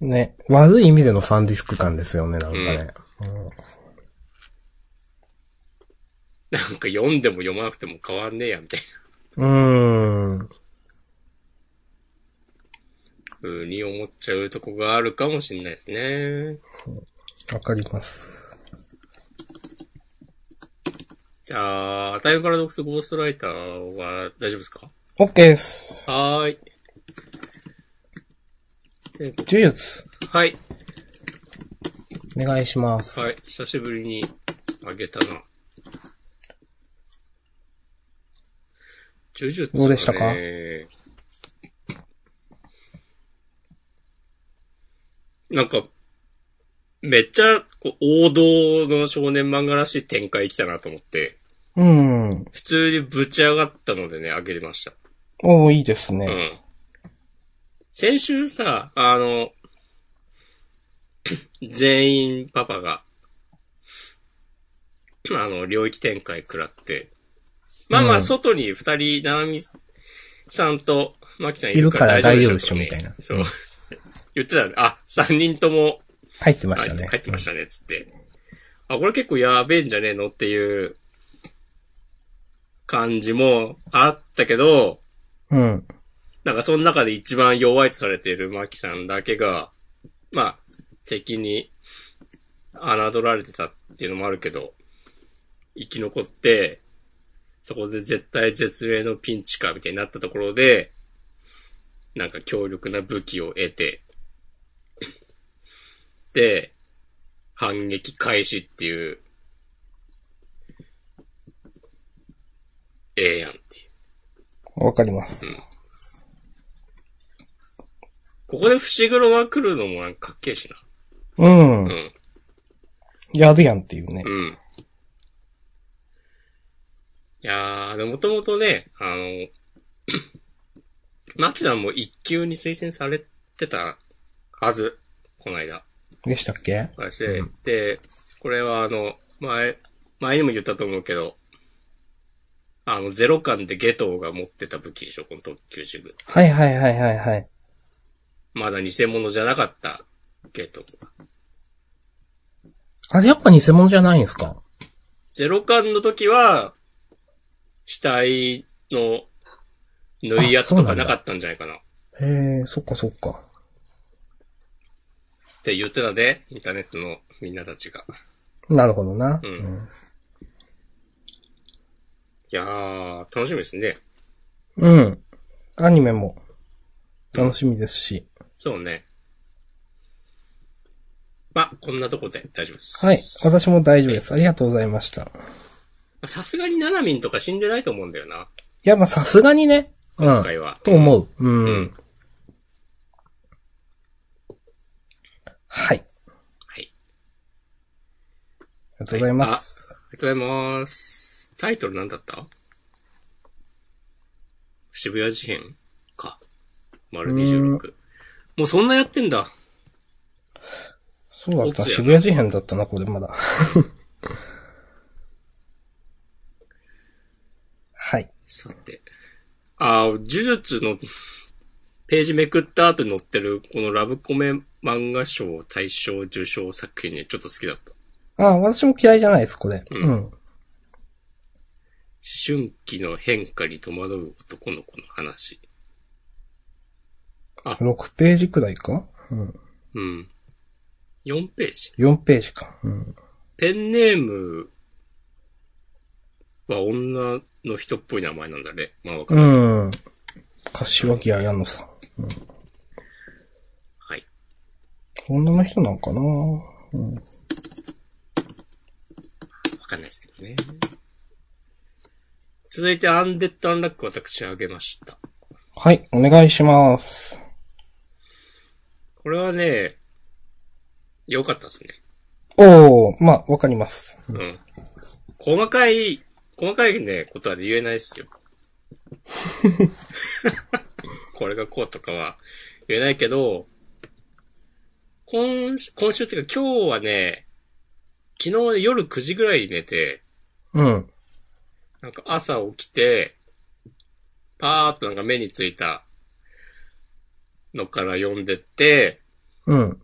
S2: ね。悪い意味でのファンディスク感ですよね、なんかね。うん
S1: なんか読んでも読まなくても変わんねえや、みたいう
S2: ーん。
S1: な風に思っちゃうとこがあるかもしれないですね。
S2: わかります。
S1: じゃあ、タイムパラドックスゴーストライターは大丈夫ですか
S2: OK です。
S1: はーい。
S2: 呪術、
S1: はい。
S2: お願いします。
S1: はい。久しぶりにあげたな。呪術、ね、
S2: どうでしたか
S1: なんか、めっちゃこう王道の少年漫画らしい展開来たなと思って、
S2: うん。
S1: 普通にぶち上がったのでね、あげました。
S2: おー、いいです
S1: う
S2: ね。
S1: ん。先週さ、あの、 全員パパが、 あの、領域展開食らって、まあま
S2: う
S1: あ、
S2: ん
S1: 外に二人、ななみさんと、まきさんい
S2: い
S1: る
S2: る
S1: か
S2: からら
S1: 大
S2: 大
S1: 丈夫で
S2: 丈夫で
S1: し
S2: し
S1: ょ、
S2: ょ
S1: み
S2: み
S1: た
S2: た
S1: い
S2: い
S1: な
S2: な。
S1: そう。 言ってたね。あ、三人とも
S2: 入ってました
S1: 入
S2: ね
S1: っ。入ってましたね、つって。あ、これ結構やべえんじゃねえのっていう感じもあったけど、
S2: うん。
S1: なんかその中で一番弱いとされているマキさんだけが、まあ、敵に侮られてたっていうのもあるけど、生き残って、そこで絶対絶命のピンチか、みたいになったところで、なんか強力な武器を得て、で、反撃開始っていう、ええやんっていう。
S2: わかります。
S1: ここで伏黒が来るのもなんかかっけえしな。
S2: うん
S1: う。ん。
S2: やるやんっていうね
S1: う。ん。いやー、でもともとね、あの、 マキさんも一級に推薦されてたはず、この間。
S2: でしたっけ
S1: 私で、これはあの、前、前にも言ったと思うけど、あの、ゼロ感でゲトウが持ってた武器でしょ、この特急ジグ。
S2: はいはいはいはいはい。
S1: まだ偽物じゃなかったゲトウが。
S2: あれやっぱ偽物じゃないんですか
S1: ゼロ感の時は、額の縫い
S2: あ
S1: 跡
S2: そうな
S1: と
S2: んだ
S1: かなかったんじゃないかな。
S2: へえ、そっかそっか。
S1: って言ってたね、インターネットのみんなたちが。
S2: なるほどな。
S1: うん
S2: うん
S1: いやー、楽しみですね。
S2: うん。アニメも楽しみですし。
S1: そうね。まあ、こんなとこで大丈夫です。
S2: はい。私も大丈夫です。ありがとうございました。い
S1: さすがにナナミンとか死んでないと思うんだよな、
S2: や、まあ、さすがにね。うん
S1: 今。回は。
S2: と思う。うん。
S1: うん
S2: は
S1: はい。
S2: い。ありがとうございます。
S1: ありがとうございます。タイトルなんだった渋谷事変か。丸26。もうそんなやってんだ。
S2: そうだっ
S1: おつ
S2: た。
S1: やな
S2: 渋谷事変だったな、これ まだ。はい。
S1: さて。あー、呪術のページめくった後に載ってる、このラブコメ漫画賞大賞受賞作品ね、ちょっと好きだった。
S2: あ、私も嫌いじゃないです、これ。
S1: う
S2: うんん。
S1: 思春期の変化に戸惑う男の子の話。
S2: 6ページくらいかうん。
S1: うん。4ページ。
S2: 4ページか。うん。
S1: ペンネームは女の人っぽい名前なんだね。まあわか
S2: う
S1: る。
S2: ん。柏木綾乃さん。
S1: はい。
S2: 女の人なんかな
S1: わかんないですけどね。続いて、アンデッド・アンラック私あげました。
S2: はい、お願いします。
S1: これはね、良かったですね。
S2: おー、まあ、わかります。
S1: うん。細かい、細かいね、ことは言えないですよ。 これがこうとかは言えないけど、今週、今週っていうか今日はね、昨日夜9時ぐらいに寝て、
S2: うん。
S1: なんか朝起きて、パーっとなんか目についたのから読んでって、
S2: うん。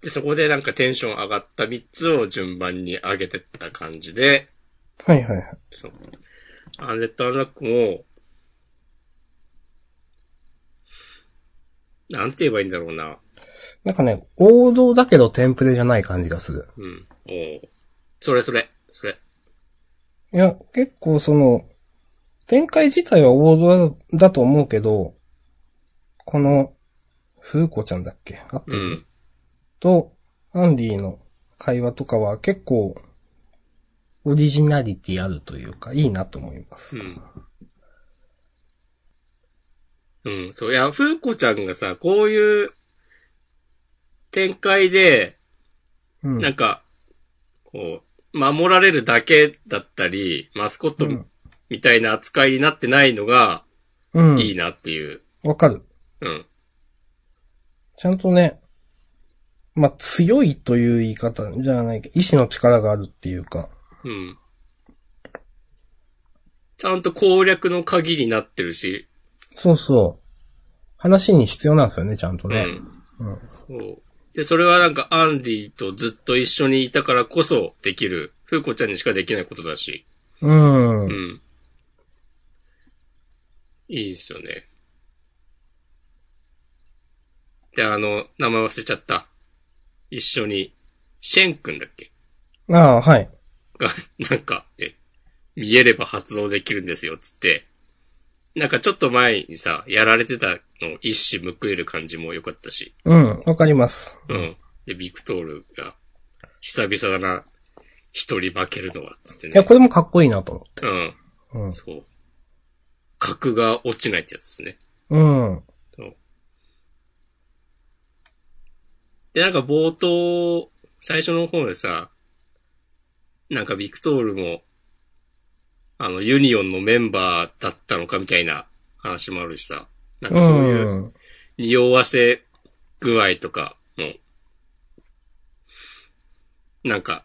S1: で、そこでなんかテンション上がった3つを順番に上げてった感じで、
S2: はいはいはい。
S1: そう。アンレッド・アンラックも、なんて言えばいいんだろうな。
S2: なんかね、王道だけどテンプレじゃない感じがする。
S1: うん。おうそれそれ、それ。
S2: いや、結構その、展開自体は王道だだと思うけど、この、風子ちゃんだっけあって
S1: う
S2: る、
S1: ん。
S2: と、アンディの会話とかは結構、オリジナリティあるというか、いいなと思います。
S1: うん。うん、そう。いや、風子ちゃんがさ、こういう展開で、
S2: うん。
S1: なんか、こう、守られるだけだったり、マスコッ
S2: う
S1: ト
S2: ん。
S1: みたいな扱いになってないのが、
S2: うん。
S1: いいなっていう。
S2: わかる。
S1: うん。
S2: ちゃんとね、まあ、強いという言い方じゃないけど、意志の力があるっていうか、
S1: うん。ちゃんと攻略の鍵になってるし。
S2: そうそう。話に必要なんですよね、ちゃんとね。うん。
S1: うん。そうで、それはなんかアンディとずっと一緒にいたからこそできる、風子ちゃんにしかできないことだし。
S2: うん。
S1: うん。いいですよね。で、あの、名前忘れちゃった。一緒に、シェン君だっけ
S2: ああ、はい。
S1: が、なんか、え、見えれば発動できるんですよ、つって。なんかちょっと前にさ、やられてたの一矢報いる感じも良かったし。
S2: うん、わかります。
S1: うん。で、ビクトールが、久々だな、一人負けるのは、つって
S2: いや、
S1: ね。
S2: これもかっこいいなと
S1: うん。
S2: 思って。
S1: そう。格が落ちないってやつですね。
S2: うん。うん。
S1: で、なんか冒頭、最初の方でさ、なんかビクトールも、あの、ユニオンのメンバーだったのかみたいな話もあるしさ、なんかそういう、
S2: うん。
S1: 匂わせ具合とかも、なんか、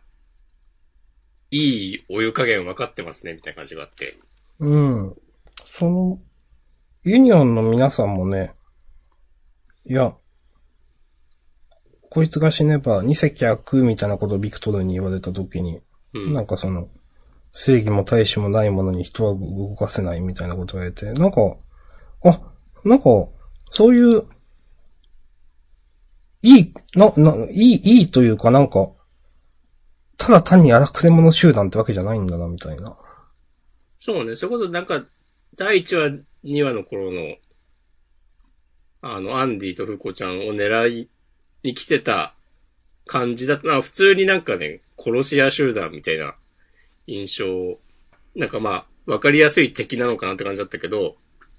S1: いいお湯加減分かってますね、みたいな感じがあって。
S2: うん。その、ユニオンの皆さんもね、いや、こいつが死ねば二席開くみたいなことをビクトルに言われた時に、
S1: うん。
S2: なんかその、正義も大使もないものに人は動かせないみたいなことが言って、なんか、あ、なんか、そういう、いい、な、な、いい、いいというかなんか、ただ単に荒くれ者集団ってわけじゃないんだな、みたいな。
S1: そうね、それこそなんか、第1話、2話の頃の、あの、アンディとフコちゃんを狙いに来てた感じだった。まあ普通になんかね、殺し屋集団みたいな印象を、なんかまあ、分かりやすい敵なのかなって感じだったけど、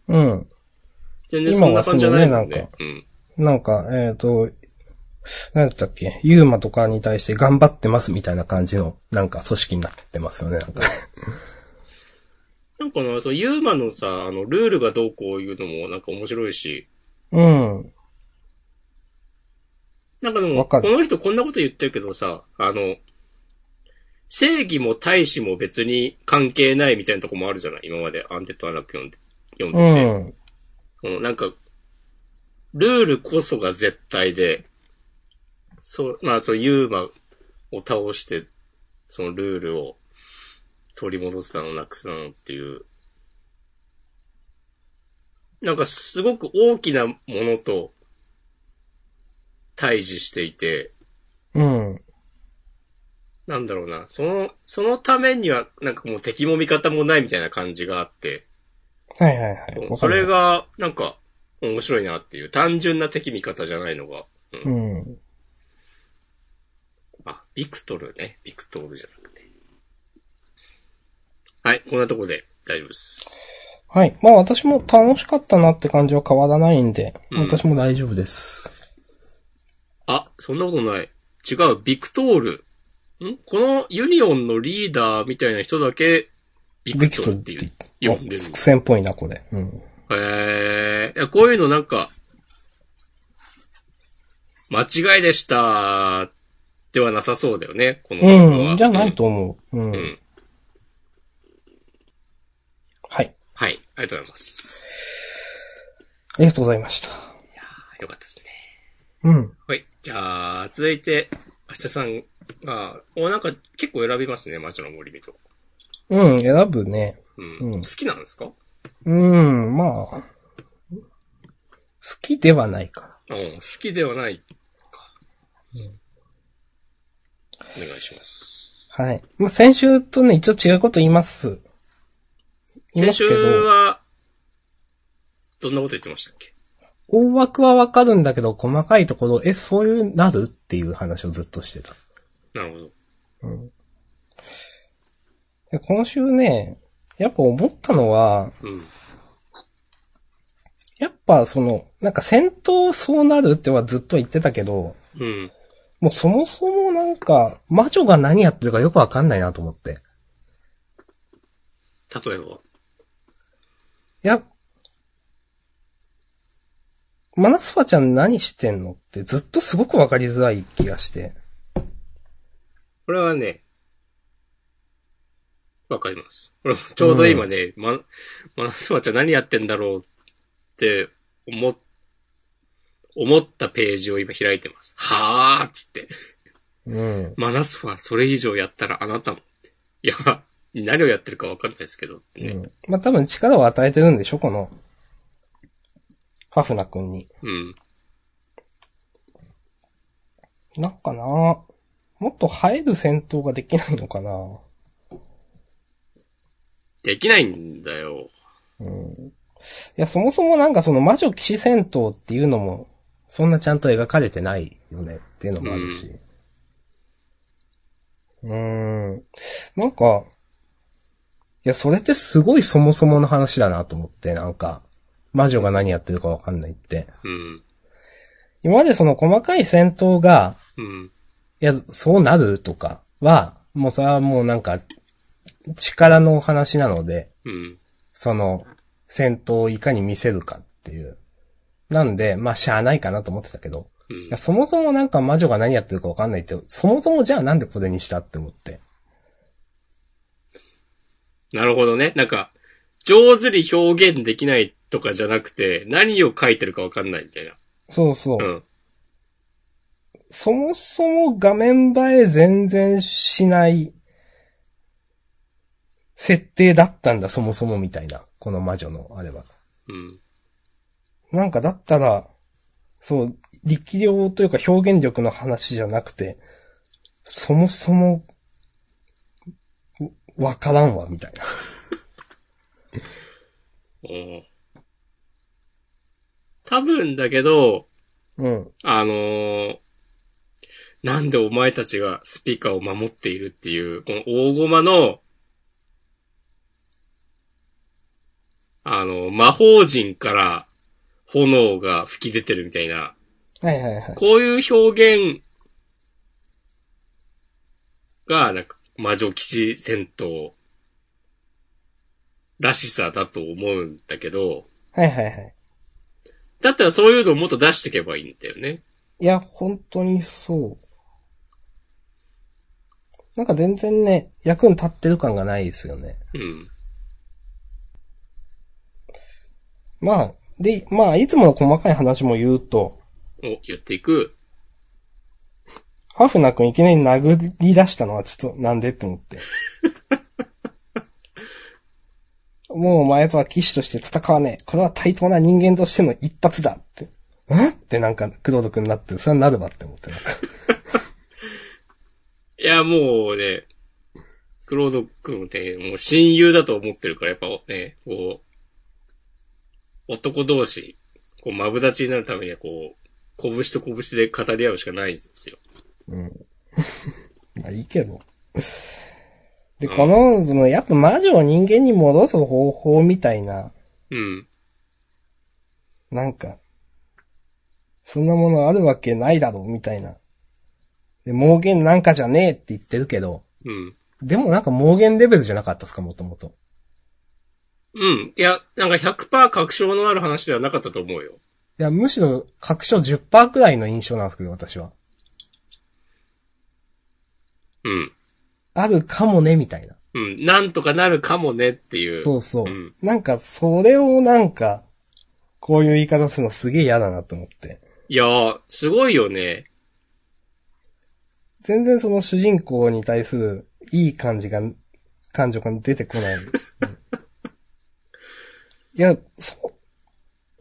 S2: うん。
S1: 全然そんな感じじゃないもん
S2: 今は
S1: ね。
S2: なんか、えっ、と、なんだったっけ、ユーマとかに対して頑張ってますみたいな感じの、なんか組織になってますよね、なんか。
S1: うん。なんかな、そう、ユーマのさ、あの、ルールがどうこういうのもなんか面白いし、
S2: うん。
S1: なんかでも、
S2: わ
S1: こ
S2: かる
S1: の人こんなこと言ってるけどさ、あの、正義も大使も別に関係ないみたいなとこもあるじゃない今までアンテッドアラク読んで、読ん
S2: う
S1: でて。
S2: ん。
S1: このなんか、ルールこそが絶対で、そう、まあ、そう、ユーマを倒して、そのルールを取り戻すなの、なくすなのっていう。なんか、すごく大きなものと対峙していて、
S2: うん。
S1: なんだろうな、その、そのためには、なんかもう敵も味方もないみたいな感じがあって、
S2: はいはいはい。わかる
S1: それ、が、なんか、面白いなっていう、単純な敵味方じゃないのが、
S2: うん。
S1: あ、ビクトルね。ビクトールじゃなくて。はい、こんなとこで大丈夫です。
S2: はい。まあ私も楽しかったなって感じは変わらないんで、
S1: うん
S2: 私も大丈夫です。
S1: あ、そんなことない。違う、ビクトール。んこのユニオンのリーダーみたいな人だけ、ビクトルっていう、
S2: 言
S1: 呼んでる
S2: 伏線っぽいな、これ。うん。
S1: へえ、いや、こういうのなんか、間違いでした、ではなさそうだよね、この漫画は
S2: うん。じゃない。と思う。うん。
S1: うん。
S2: はい。
S1: はい、ありがとうございます。
S2: ありがとうございました。
S1: あよかったですね。
S2: うん。
S1: はい。じゃあ、続いて、明日さんが、お、なんか結構選びますね、魔女の森人。
S2: うん、選ぶね。
S1: うん。
S2: うん
S1: 好きなんですか
S2: うん、まあ。好きではないから。
S1: うん、好きではないか。お願いします。
S2: はい。まあ、先週とね、一応違うこと言います。言い
S1: 先
S2: ます
S1: 週
S2: けど、
S1: は、どんなこと言ってましたっけ
S2: 大枠はわかるんだけど、細かいところ、え、そういうなるっていう話をずっとしてた。
S1: なるほど。
S2: うん。で今週ね、やっぱ思ったのは、
S1: うん。
S2: やっぱその、なんか戦闘そうなるってはずっと言ってたけど、
S1: うん。
S2: もうそもそもなんか、魔女が何やってるかよくわかんないなと思って。
S1: 例えば。
S2: いや、マナスファちゃん何してんのってずっとすごくわかりづらい気がして。
S1: これはね、わかります。これちょうど今ね、ま、マナスワちゃん何やってんだろうって思っ、思ったページを今開いてます。はーっつって。
S2: うん。
S1: マナスファそれ以上やったらあなたもって。いや、何をやってるかわかんないですけどってね。
S2: まあ、多分力を与えてるんでしょ、この、ファフナ君に。
S1: うん。
S2: なんかなもっと映える戦闘ができないのかな
S1: できないんだよ。
S2: いや、そもそもなんかその魔女騎士戦闘っていうのも、そんなちゃんと描かれてないよねっていうのもあるし。うーん。なんか、いや、それってすごいそもそもの話だなと思って、なんか、魔女が何やってるかわかんないって。
S1: うん。
S2: 今までその細かい戦闘が、
S1: うん。
S2: いや、そうなるとかは、もうそれはもうなんか、力の話なので、
S1: うん。
S2: その、戦闘をいかに見せるかっていう。なんで、まあ、しゃあないかなと思ってたけど、
S1: う
S2: い
S1: ん
S2: や、。そもそもなんか魔女が何やってるかわかんないって、そもそもじゃあなんでこれにしたって思って。
S1: なるほどね。なんか、上手に表現できないとかじゃなくて、何を書いてるかわかんないみたいな。
S2: そうそう。
S1: うん。
S2: そもそも画面映え全然しない設定だったんだ、そもそもみたいな。この魔女のあれは。
S1: うん。
S2: なんかだったら、そう、力量というか表現力の話じゃなくて、そもそも、わわからんわ、みたいな。
S1: おー多分だけど、
S2: うん。
S1: あのーなんでお前たちがスピーカーを守っているっていう、この大駒の、あの、魔法陣から炎が吹き出てるみたいな、
S2: はいはいはい。
S1: こういう表現が、なんか、魔女騎士戦闘らしさだと思うんだけど、
S2: はいはいはい。
S1: だったらそういうのをもっと出していけばいいんだよね。
S2: いや、本当にそう。なんか全然ね、役に立ってる感がないですよね。
S1: うん。
S2: まあ、で、まあ、いつもの細かい話も言うと、
S1: を言っていく。
S2: ハフナ君いきなり殴り出したのはちょっとなんでって思って。もうお前とは騎士として戦わねえ。これは対等な人間としての一発だって。んってなんか、クロード君になってる。それはなるわって思って。なんか
S1: いや、もうね、クロード君って、もう親友だと思ってるから、やっぱね、こう、男同士、こう、マブダチになるためには、こう、拳と拳で語り合うしかないんですよ。
S2: まあいいけど。で、この、その、やっぱ魔女を人間に戻す方法みたいな、
S1: うん。
S2: なんか、そんなものあるわけないだろう、みたいな。で、盲言なんかじゃねえって言ってるけど、
S1: うん。
S2: でもなんか盲言レベルじゃなかったですか、もともと。
S1: うん。いや、なんか100%確証のある話ではなかったと思うよ。
S2: いや、むしろ、確証10%くらいの印象なんですけど、私は。
S1: うん。
S2: あるかもね、みたいな。
S1: うん。なんとかなるかもねっていう。
S2: そうそう。
S1: うん
S2: なんか、それをなんか、こういう言い方するのすげえ嫌だなと思って。
S1: いやー、すごいよね。
S2: 全然その主人公に対するいい感じが、感情が出てこない。うんいや、そ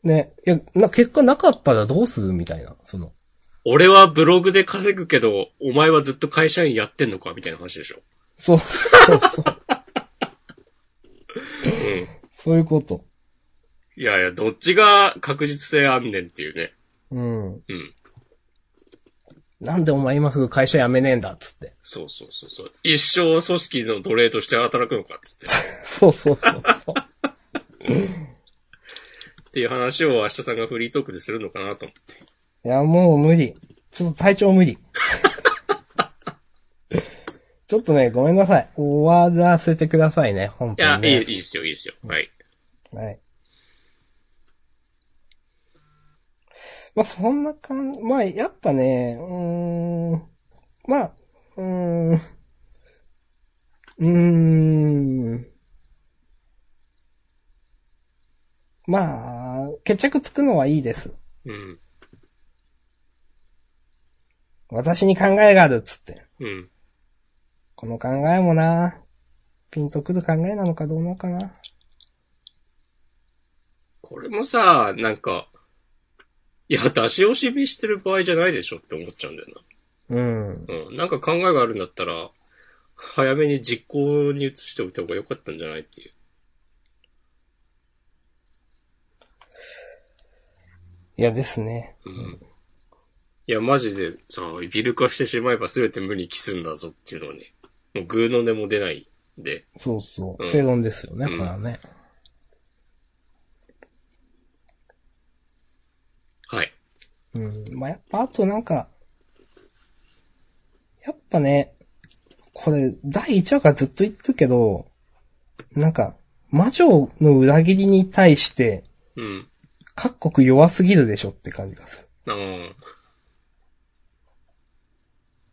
S2: う。ね。いや、な、結果なかったらどうするみたいな。その。
S1: 俺はブログで稼ぐけど、お前はずっと会社員やってんのかみたいな話でしょ。
S2: そうそうそう。
S1: うん。
S2: そういうこと。
S1: いやいや、どっちが確実性あんねんっていうね。
S2: うん。
S1: うん。
S2: なんでお前今すぐ会社辞めねえんだっつって。
S1: そうそうそうそう。一生組織の奴隷として働くのかっ つって。
S2: そうそうそうそう。
S1: っていう話を明日さんがフリートークでするのかなと思って。
S2: いや、もう無理。ちょっと体調無 理。ちょっとね、ごめんなさい。終わらせてくださいね、本
S1: いや
S2: 当、に、
S1: いい、い
S2: ね
S1: い。ですよ、いいですよ。はい。
S2: はい。まあ、そんな感じ。まあ、やっぱね、うーん。まあ、うーん。うーん。まあ、決着つくのはいいです。
S1: うん。
S2: 私に考えがあるっつって。
S1: うん。
S2: この考えもな、ピンとくる考えなのかどうなのかな。
S1: これもさ、なんか、いや、出し惜しみしてる場合じゃないでしょって思っちゃうんだよ
S2: うん。
S1: な。うん。なんか考えがあるんだったら、早めに実行に移しておいた方が良かったんじゃないっていう。
S2: いやですね。
S1: うん。いや、マジでさ、ビル化してしまえば全て無に帰すんだぞっていうのはね、もうグーの根も出ないんで、
S2: そうそうう。
S1: ん
S2: 正論ですよね、
S1: うん
S2: これはね。
S1: はい。
S2: うん。まあ、やっぱ、あとなんか、やっぱね、これ、第1話からずっと言ってるけど、なんか、魔女の裏切りに対して、
S1: うん。
S2: 各国弱すぎるでしょって感じがす
S1: あの、
S2: る。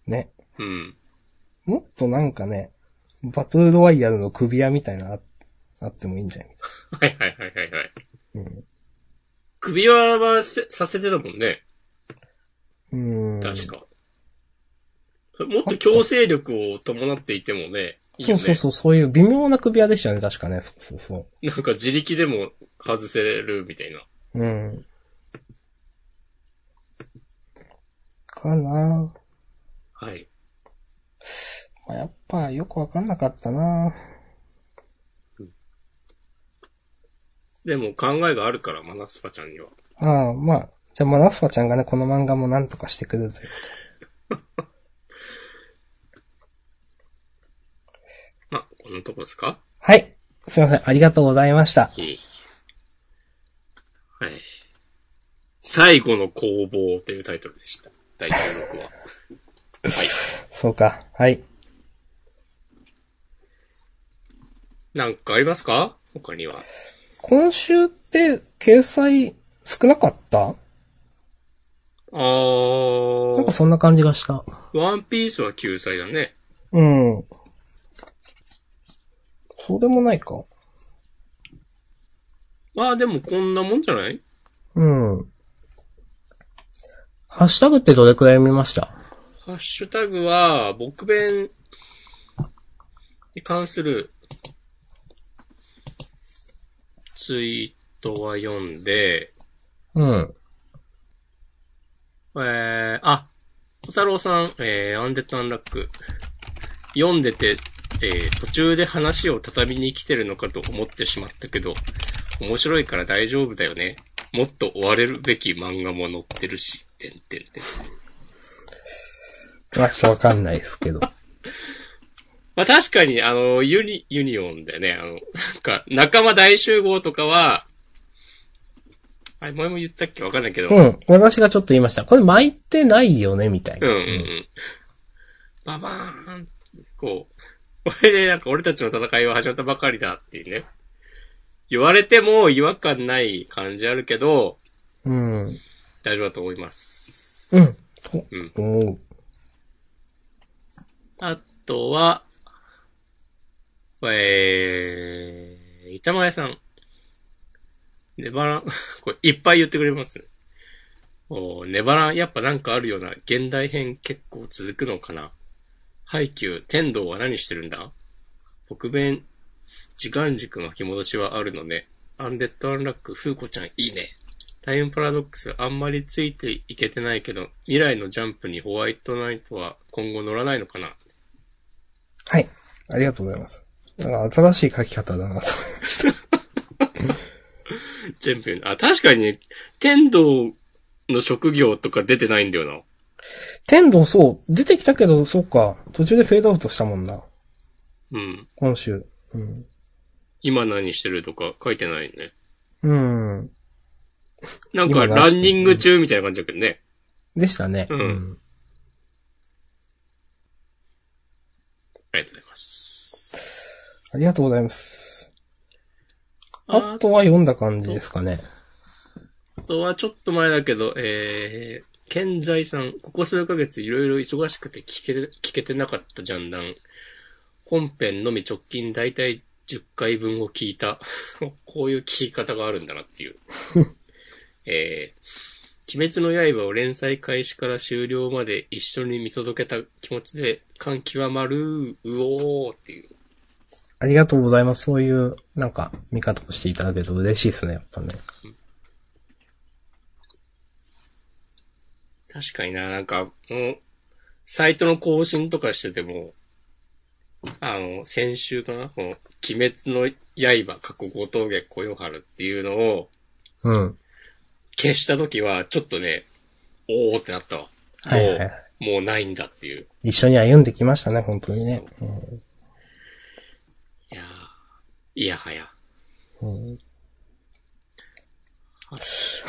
S2: ね。
S1: うん。
S2: もっとなんかね、バトルロワイヤルの首輪みたいなのああってもいいんじゃないみ
S1: はいはいはいはいはい。
S2: たいな。
S1: 首輪はせさせてたもんね、
S2: うん。うん。
S1: 確か。もっと強制力を伴っていてもね、いい
S2: そ
S1: よね。
S2: うそうそう、そういう微妙な首輪でしたよね、確かね。そうそうそ
S1: なんか自力でも外せるみたいな。
S2: う。うん。かな
S1: はい。
S2: まあ、やっぱよくわかんなかったな
S1: でも考えがあるから、マナスパちゃんには。
S2: ああ、まあ、じゃあまあ、ラスファちゃんがね、この漫画もなんとかしてくれるという
S1: まあ、こんなとこですか
S2: はい。すいません、ありがとうございました。
S1: いい。はい。最後の攻防というタイトルでした。第16話。はい。
S2: そうか。はい。
S1: なんかありますか他には。
S2: 今週って、掲載少なかった
S1: あ
S2: なんか
S1: ー、
S2: そんな感じがした。
S1: ワンピースは救済だね。
S2: うん。そうでもないか。
S1: まあでもこんなもんじゃない
S2: うん。ハッシュタグってどれくらい見ました
S1: ハッシュタグは、僕弁に関するツイートは読んで、
S2: うん。
S1: えー、あ、小太郎さん、えー、アンデッドアンラック。読んでて、えー、途中で話を畳みに来てるのかと思ってしまったけど、面白いから大丈夫だよね。もっと追われるべき漫画も載ってるし、てんてんてん。
S2: まあ、ちょっとわかんないですけど。
S1: まあ確かに、あの、ユニ、ユニオンだよね。あの、なんか、仲間大集合とかは、あれ、前も言ったっけわかんないけど、
S2: う、ん。私がちょっと言いました。これ巻いてないよね、みたいな。
S1: うんうんうん。ババーンこう、これでなんか俺たちの戦いは始まったばかりだっていうね。言われても違和感ない感じあるけど、
S2: うん。うん。
S1: 大丈夫だと思います。
S2: と
S1: うん
S2: 思う。
S1: あとは、えー、板前さん。ネバラン、 これいっぱい言ってくれますね。おーネバラン、やっぱなんかあるような、現代編結構続くのかな。ハイキュー、天道は何してるんだ北弁、時間軸巻き戻しはあるのね。アンデッドアンラック、フーコちゃんいいね。タイムパラドックスあんまりついていけてないけど、未来のジャンプにホワイトナイトは今後乗らないのかな
S2: はい。ありがとうございます。なんか新しい書き方だなと。
S1: チャンピオン。あ、確かにね、天道の職業とか出てないんだよな。
S2: 天童そう、出てきたけど、そうか。途中でフェードアウトしたもんな。
S1: うん。
S2: 今週。うん。
S1: 今何してるとか書いてないね。
S2: うん。
S1: なんか
S2: 今何
S1: ラ
S2: して
S1: ンニ
S2: る
S1: ング中みたいな感じだけどね。
S2: でしたね。
S1: うんありがとうございます。
S2: ありがとうございます。あ
S1: あ
S2: とは読んだ感じですかね。
S1: とはちょっと前だけど、えー、健在さん、ここ数ヶ月いろいろ忙しくて聞ける、聞けてなかったジャンダン。本編のみ直近だいたい10回分を聞いた。 こういう聞き方があるんだなっていう。えー、鬼滅の刃を連載開始から終了まで一緒に見届けた気持ちで感極まる、うおーっていう。
S2: ありがとうございます。そういう、なんか、見方をしていただけると嬉しいですね、やっぱね。
S1: 確かにな、なんか、もう、サイトの更新とかしてても、あの、先週かなこの、鬼滅の刃、過去五峠小夜春っていうのを、
S2: うん。
S1: 見した時は、ちょっとね、おーってなったわ。もう、
S2: はいはいはい
S1: もうないんだっていう。
S2: 一緒に歩んできましたね、本当にね。
S1: いやーいやはや。
S2: うんうん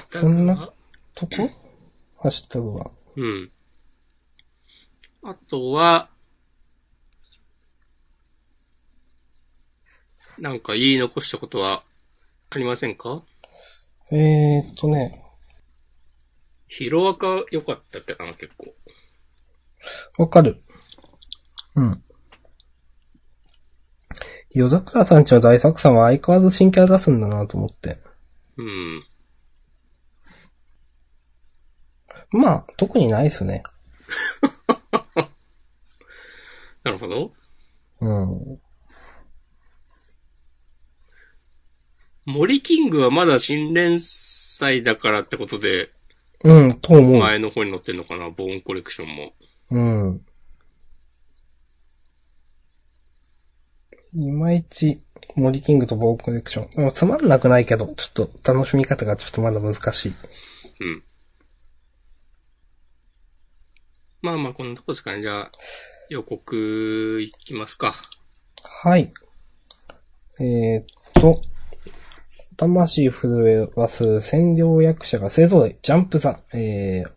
S2: そんなとこハッシュタグは。
S1: うん。あとは、なんか言い残したことはありませんか
S2: えーっとね、
S1: ヒロアカ良かったっけかな、結構。
S2: わかる。うん。夜桜さんちの大作さんは相変わらず新キャラ出すんだなと思って。
S1: うん。
S2: まあ、特にないっすね。
S1: なるほど。
S2: うん。
S1: 森キングはまだ新連載だからってことで、
S2: うん、と思う。
S1: 前の方に載ってんのかな、ボーンコレクションも。
S2: うん。いまいち、森キングとボーコレクション。でもつまんなくないけど、ちょっと楽しみ方がちょっとまだ難しい。
S1: うん。まあまあ、こんなとこですかね。じゃあ、予告いきますか。
S2: はい。えー、っと、魂震わす占領役者が勢ぞろい、ジャンプザ、えー、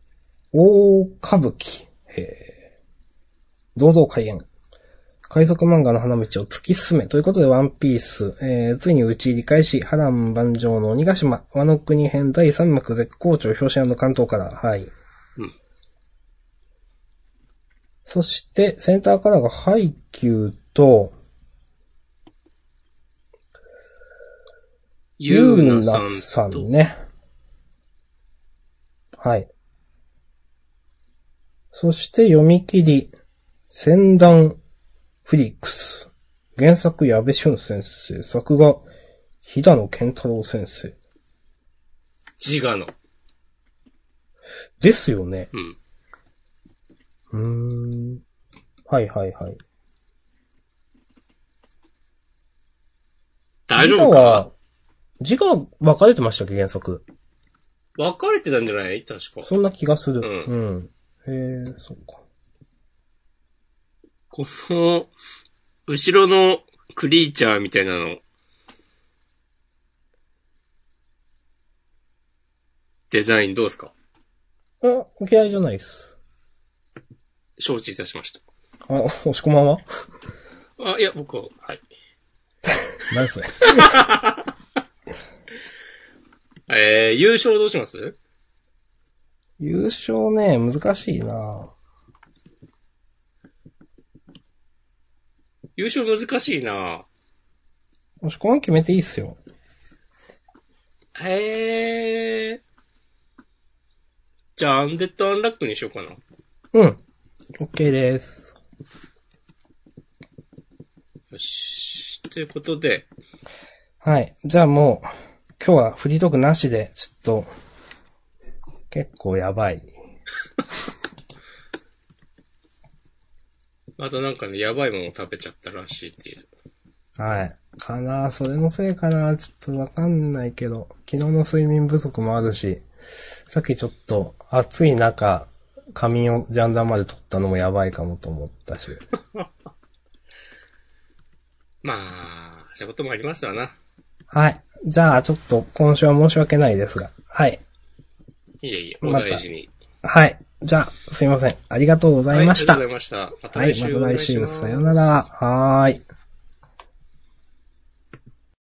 S2: 大歌舞伎、えー、堂々開演。海賊漫画の花道を突き進め。ということで、ワンピース、えー、ついに打ち入り開始、波乱万丈の鬼ヶ島、和の国編第3幕絶好調、表紙関東から、はい。
S1: うん
S2: そして、センターカラーがハイキューと、
S1: ゆうなさ
S2: さ
S1: んと
S2: んね。はい。そして読み切り、戦団フリックス。原作矢部俊先生。作画、飛騨野健太郎先生。
S1: 自我の。
S2: ですよね。
S1: うん。
S2: うーん。はいはいはい。
S1: 大丈夫か
S2: 自我は自我分かれてましたっけ、原作。
S1: 分かれてたんじゃない確か。
S2: そんな気がする。
S1: う
S2: うん。へえ、そうか。
S1: この、後ろのクリーチャーみたいなの、デザインどうですか
S2: あ、嫌いじゃないっす。
S1: 承知いたしました。
S2: あ、押し込ま んは
S1: あ、いや、僕は、はい。
S2: 何それ。
S1: えー、優勝どうします
S2: 優勝ね、難しいな
S1: 優勝難しいな
S2: もしこの決めていいっすよ。
S1: へえ。じゃあ、アンデッドアンラックにしようかな。
S2: うん。OK です。
S1: よし。ということで、
S2: はい。じゃあもう、今日はフリートークなしで、ちょっと、結構やばい。
S1: またなんかね、やばいものを食べちゃったらしいっていう。
S2: はい。かなそれのせいかなちょっとわかんないけど、昨日の睡眠不足もあるし、さっきちょっと暑い中、仮眠をジャンダンまで取ったのもやばいかもと思ったし。
S1: まあ、そういうこともありますわな。
S2: はい。じゃあちょっと今週は申し訳ないですが。はい。
S1: いえいえ、お
S2: また
S1: 大事に。
S2: はい。じゃあ、すいません。ありがとうございました。
S1: は
S2: はい
S1: ありがと
S2: い、
S1: うございました。また
S2: また
S1: 来週。
S2: 来週、さよなら。。はーい。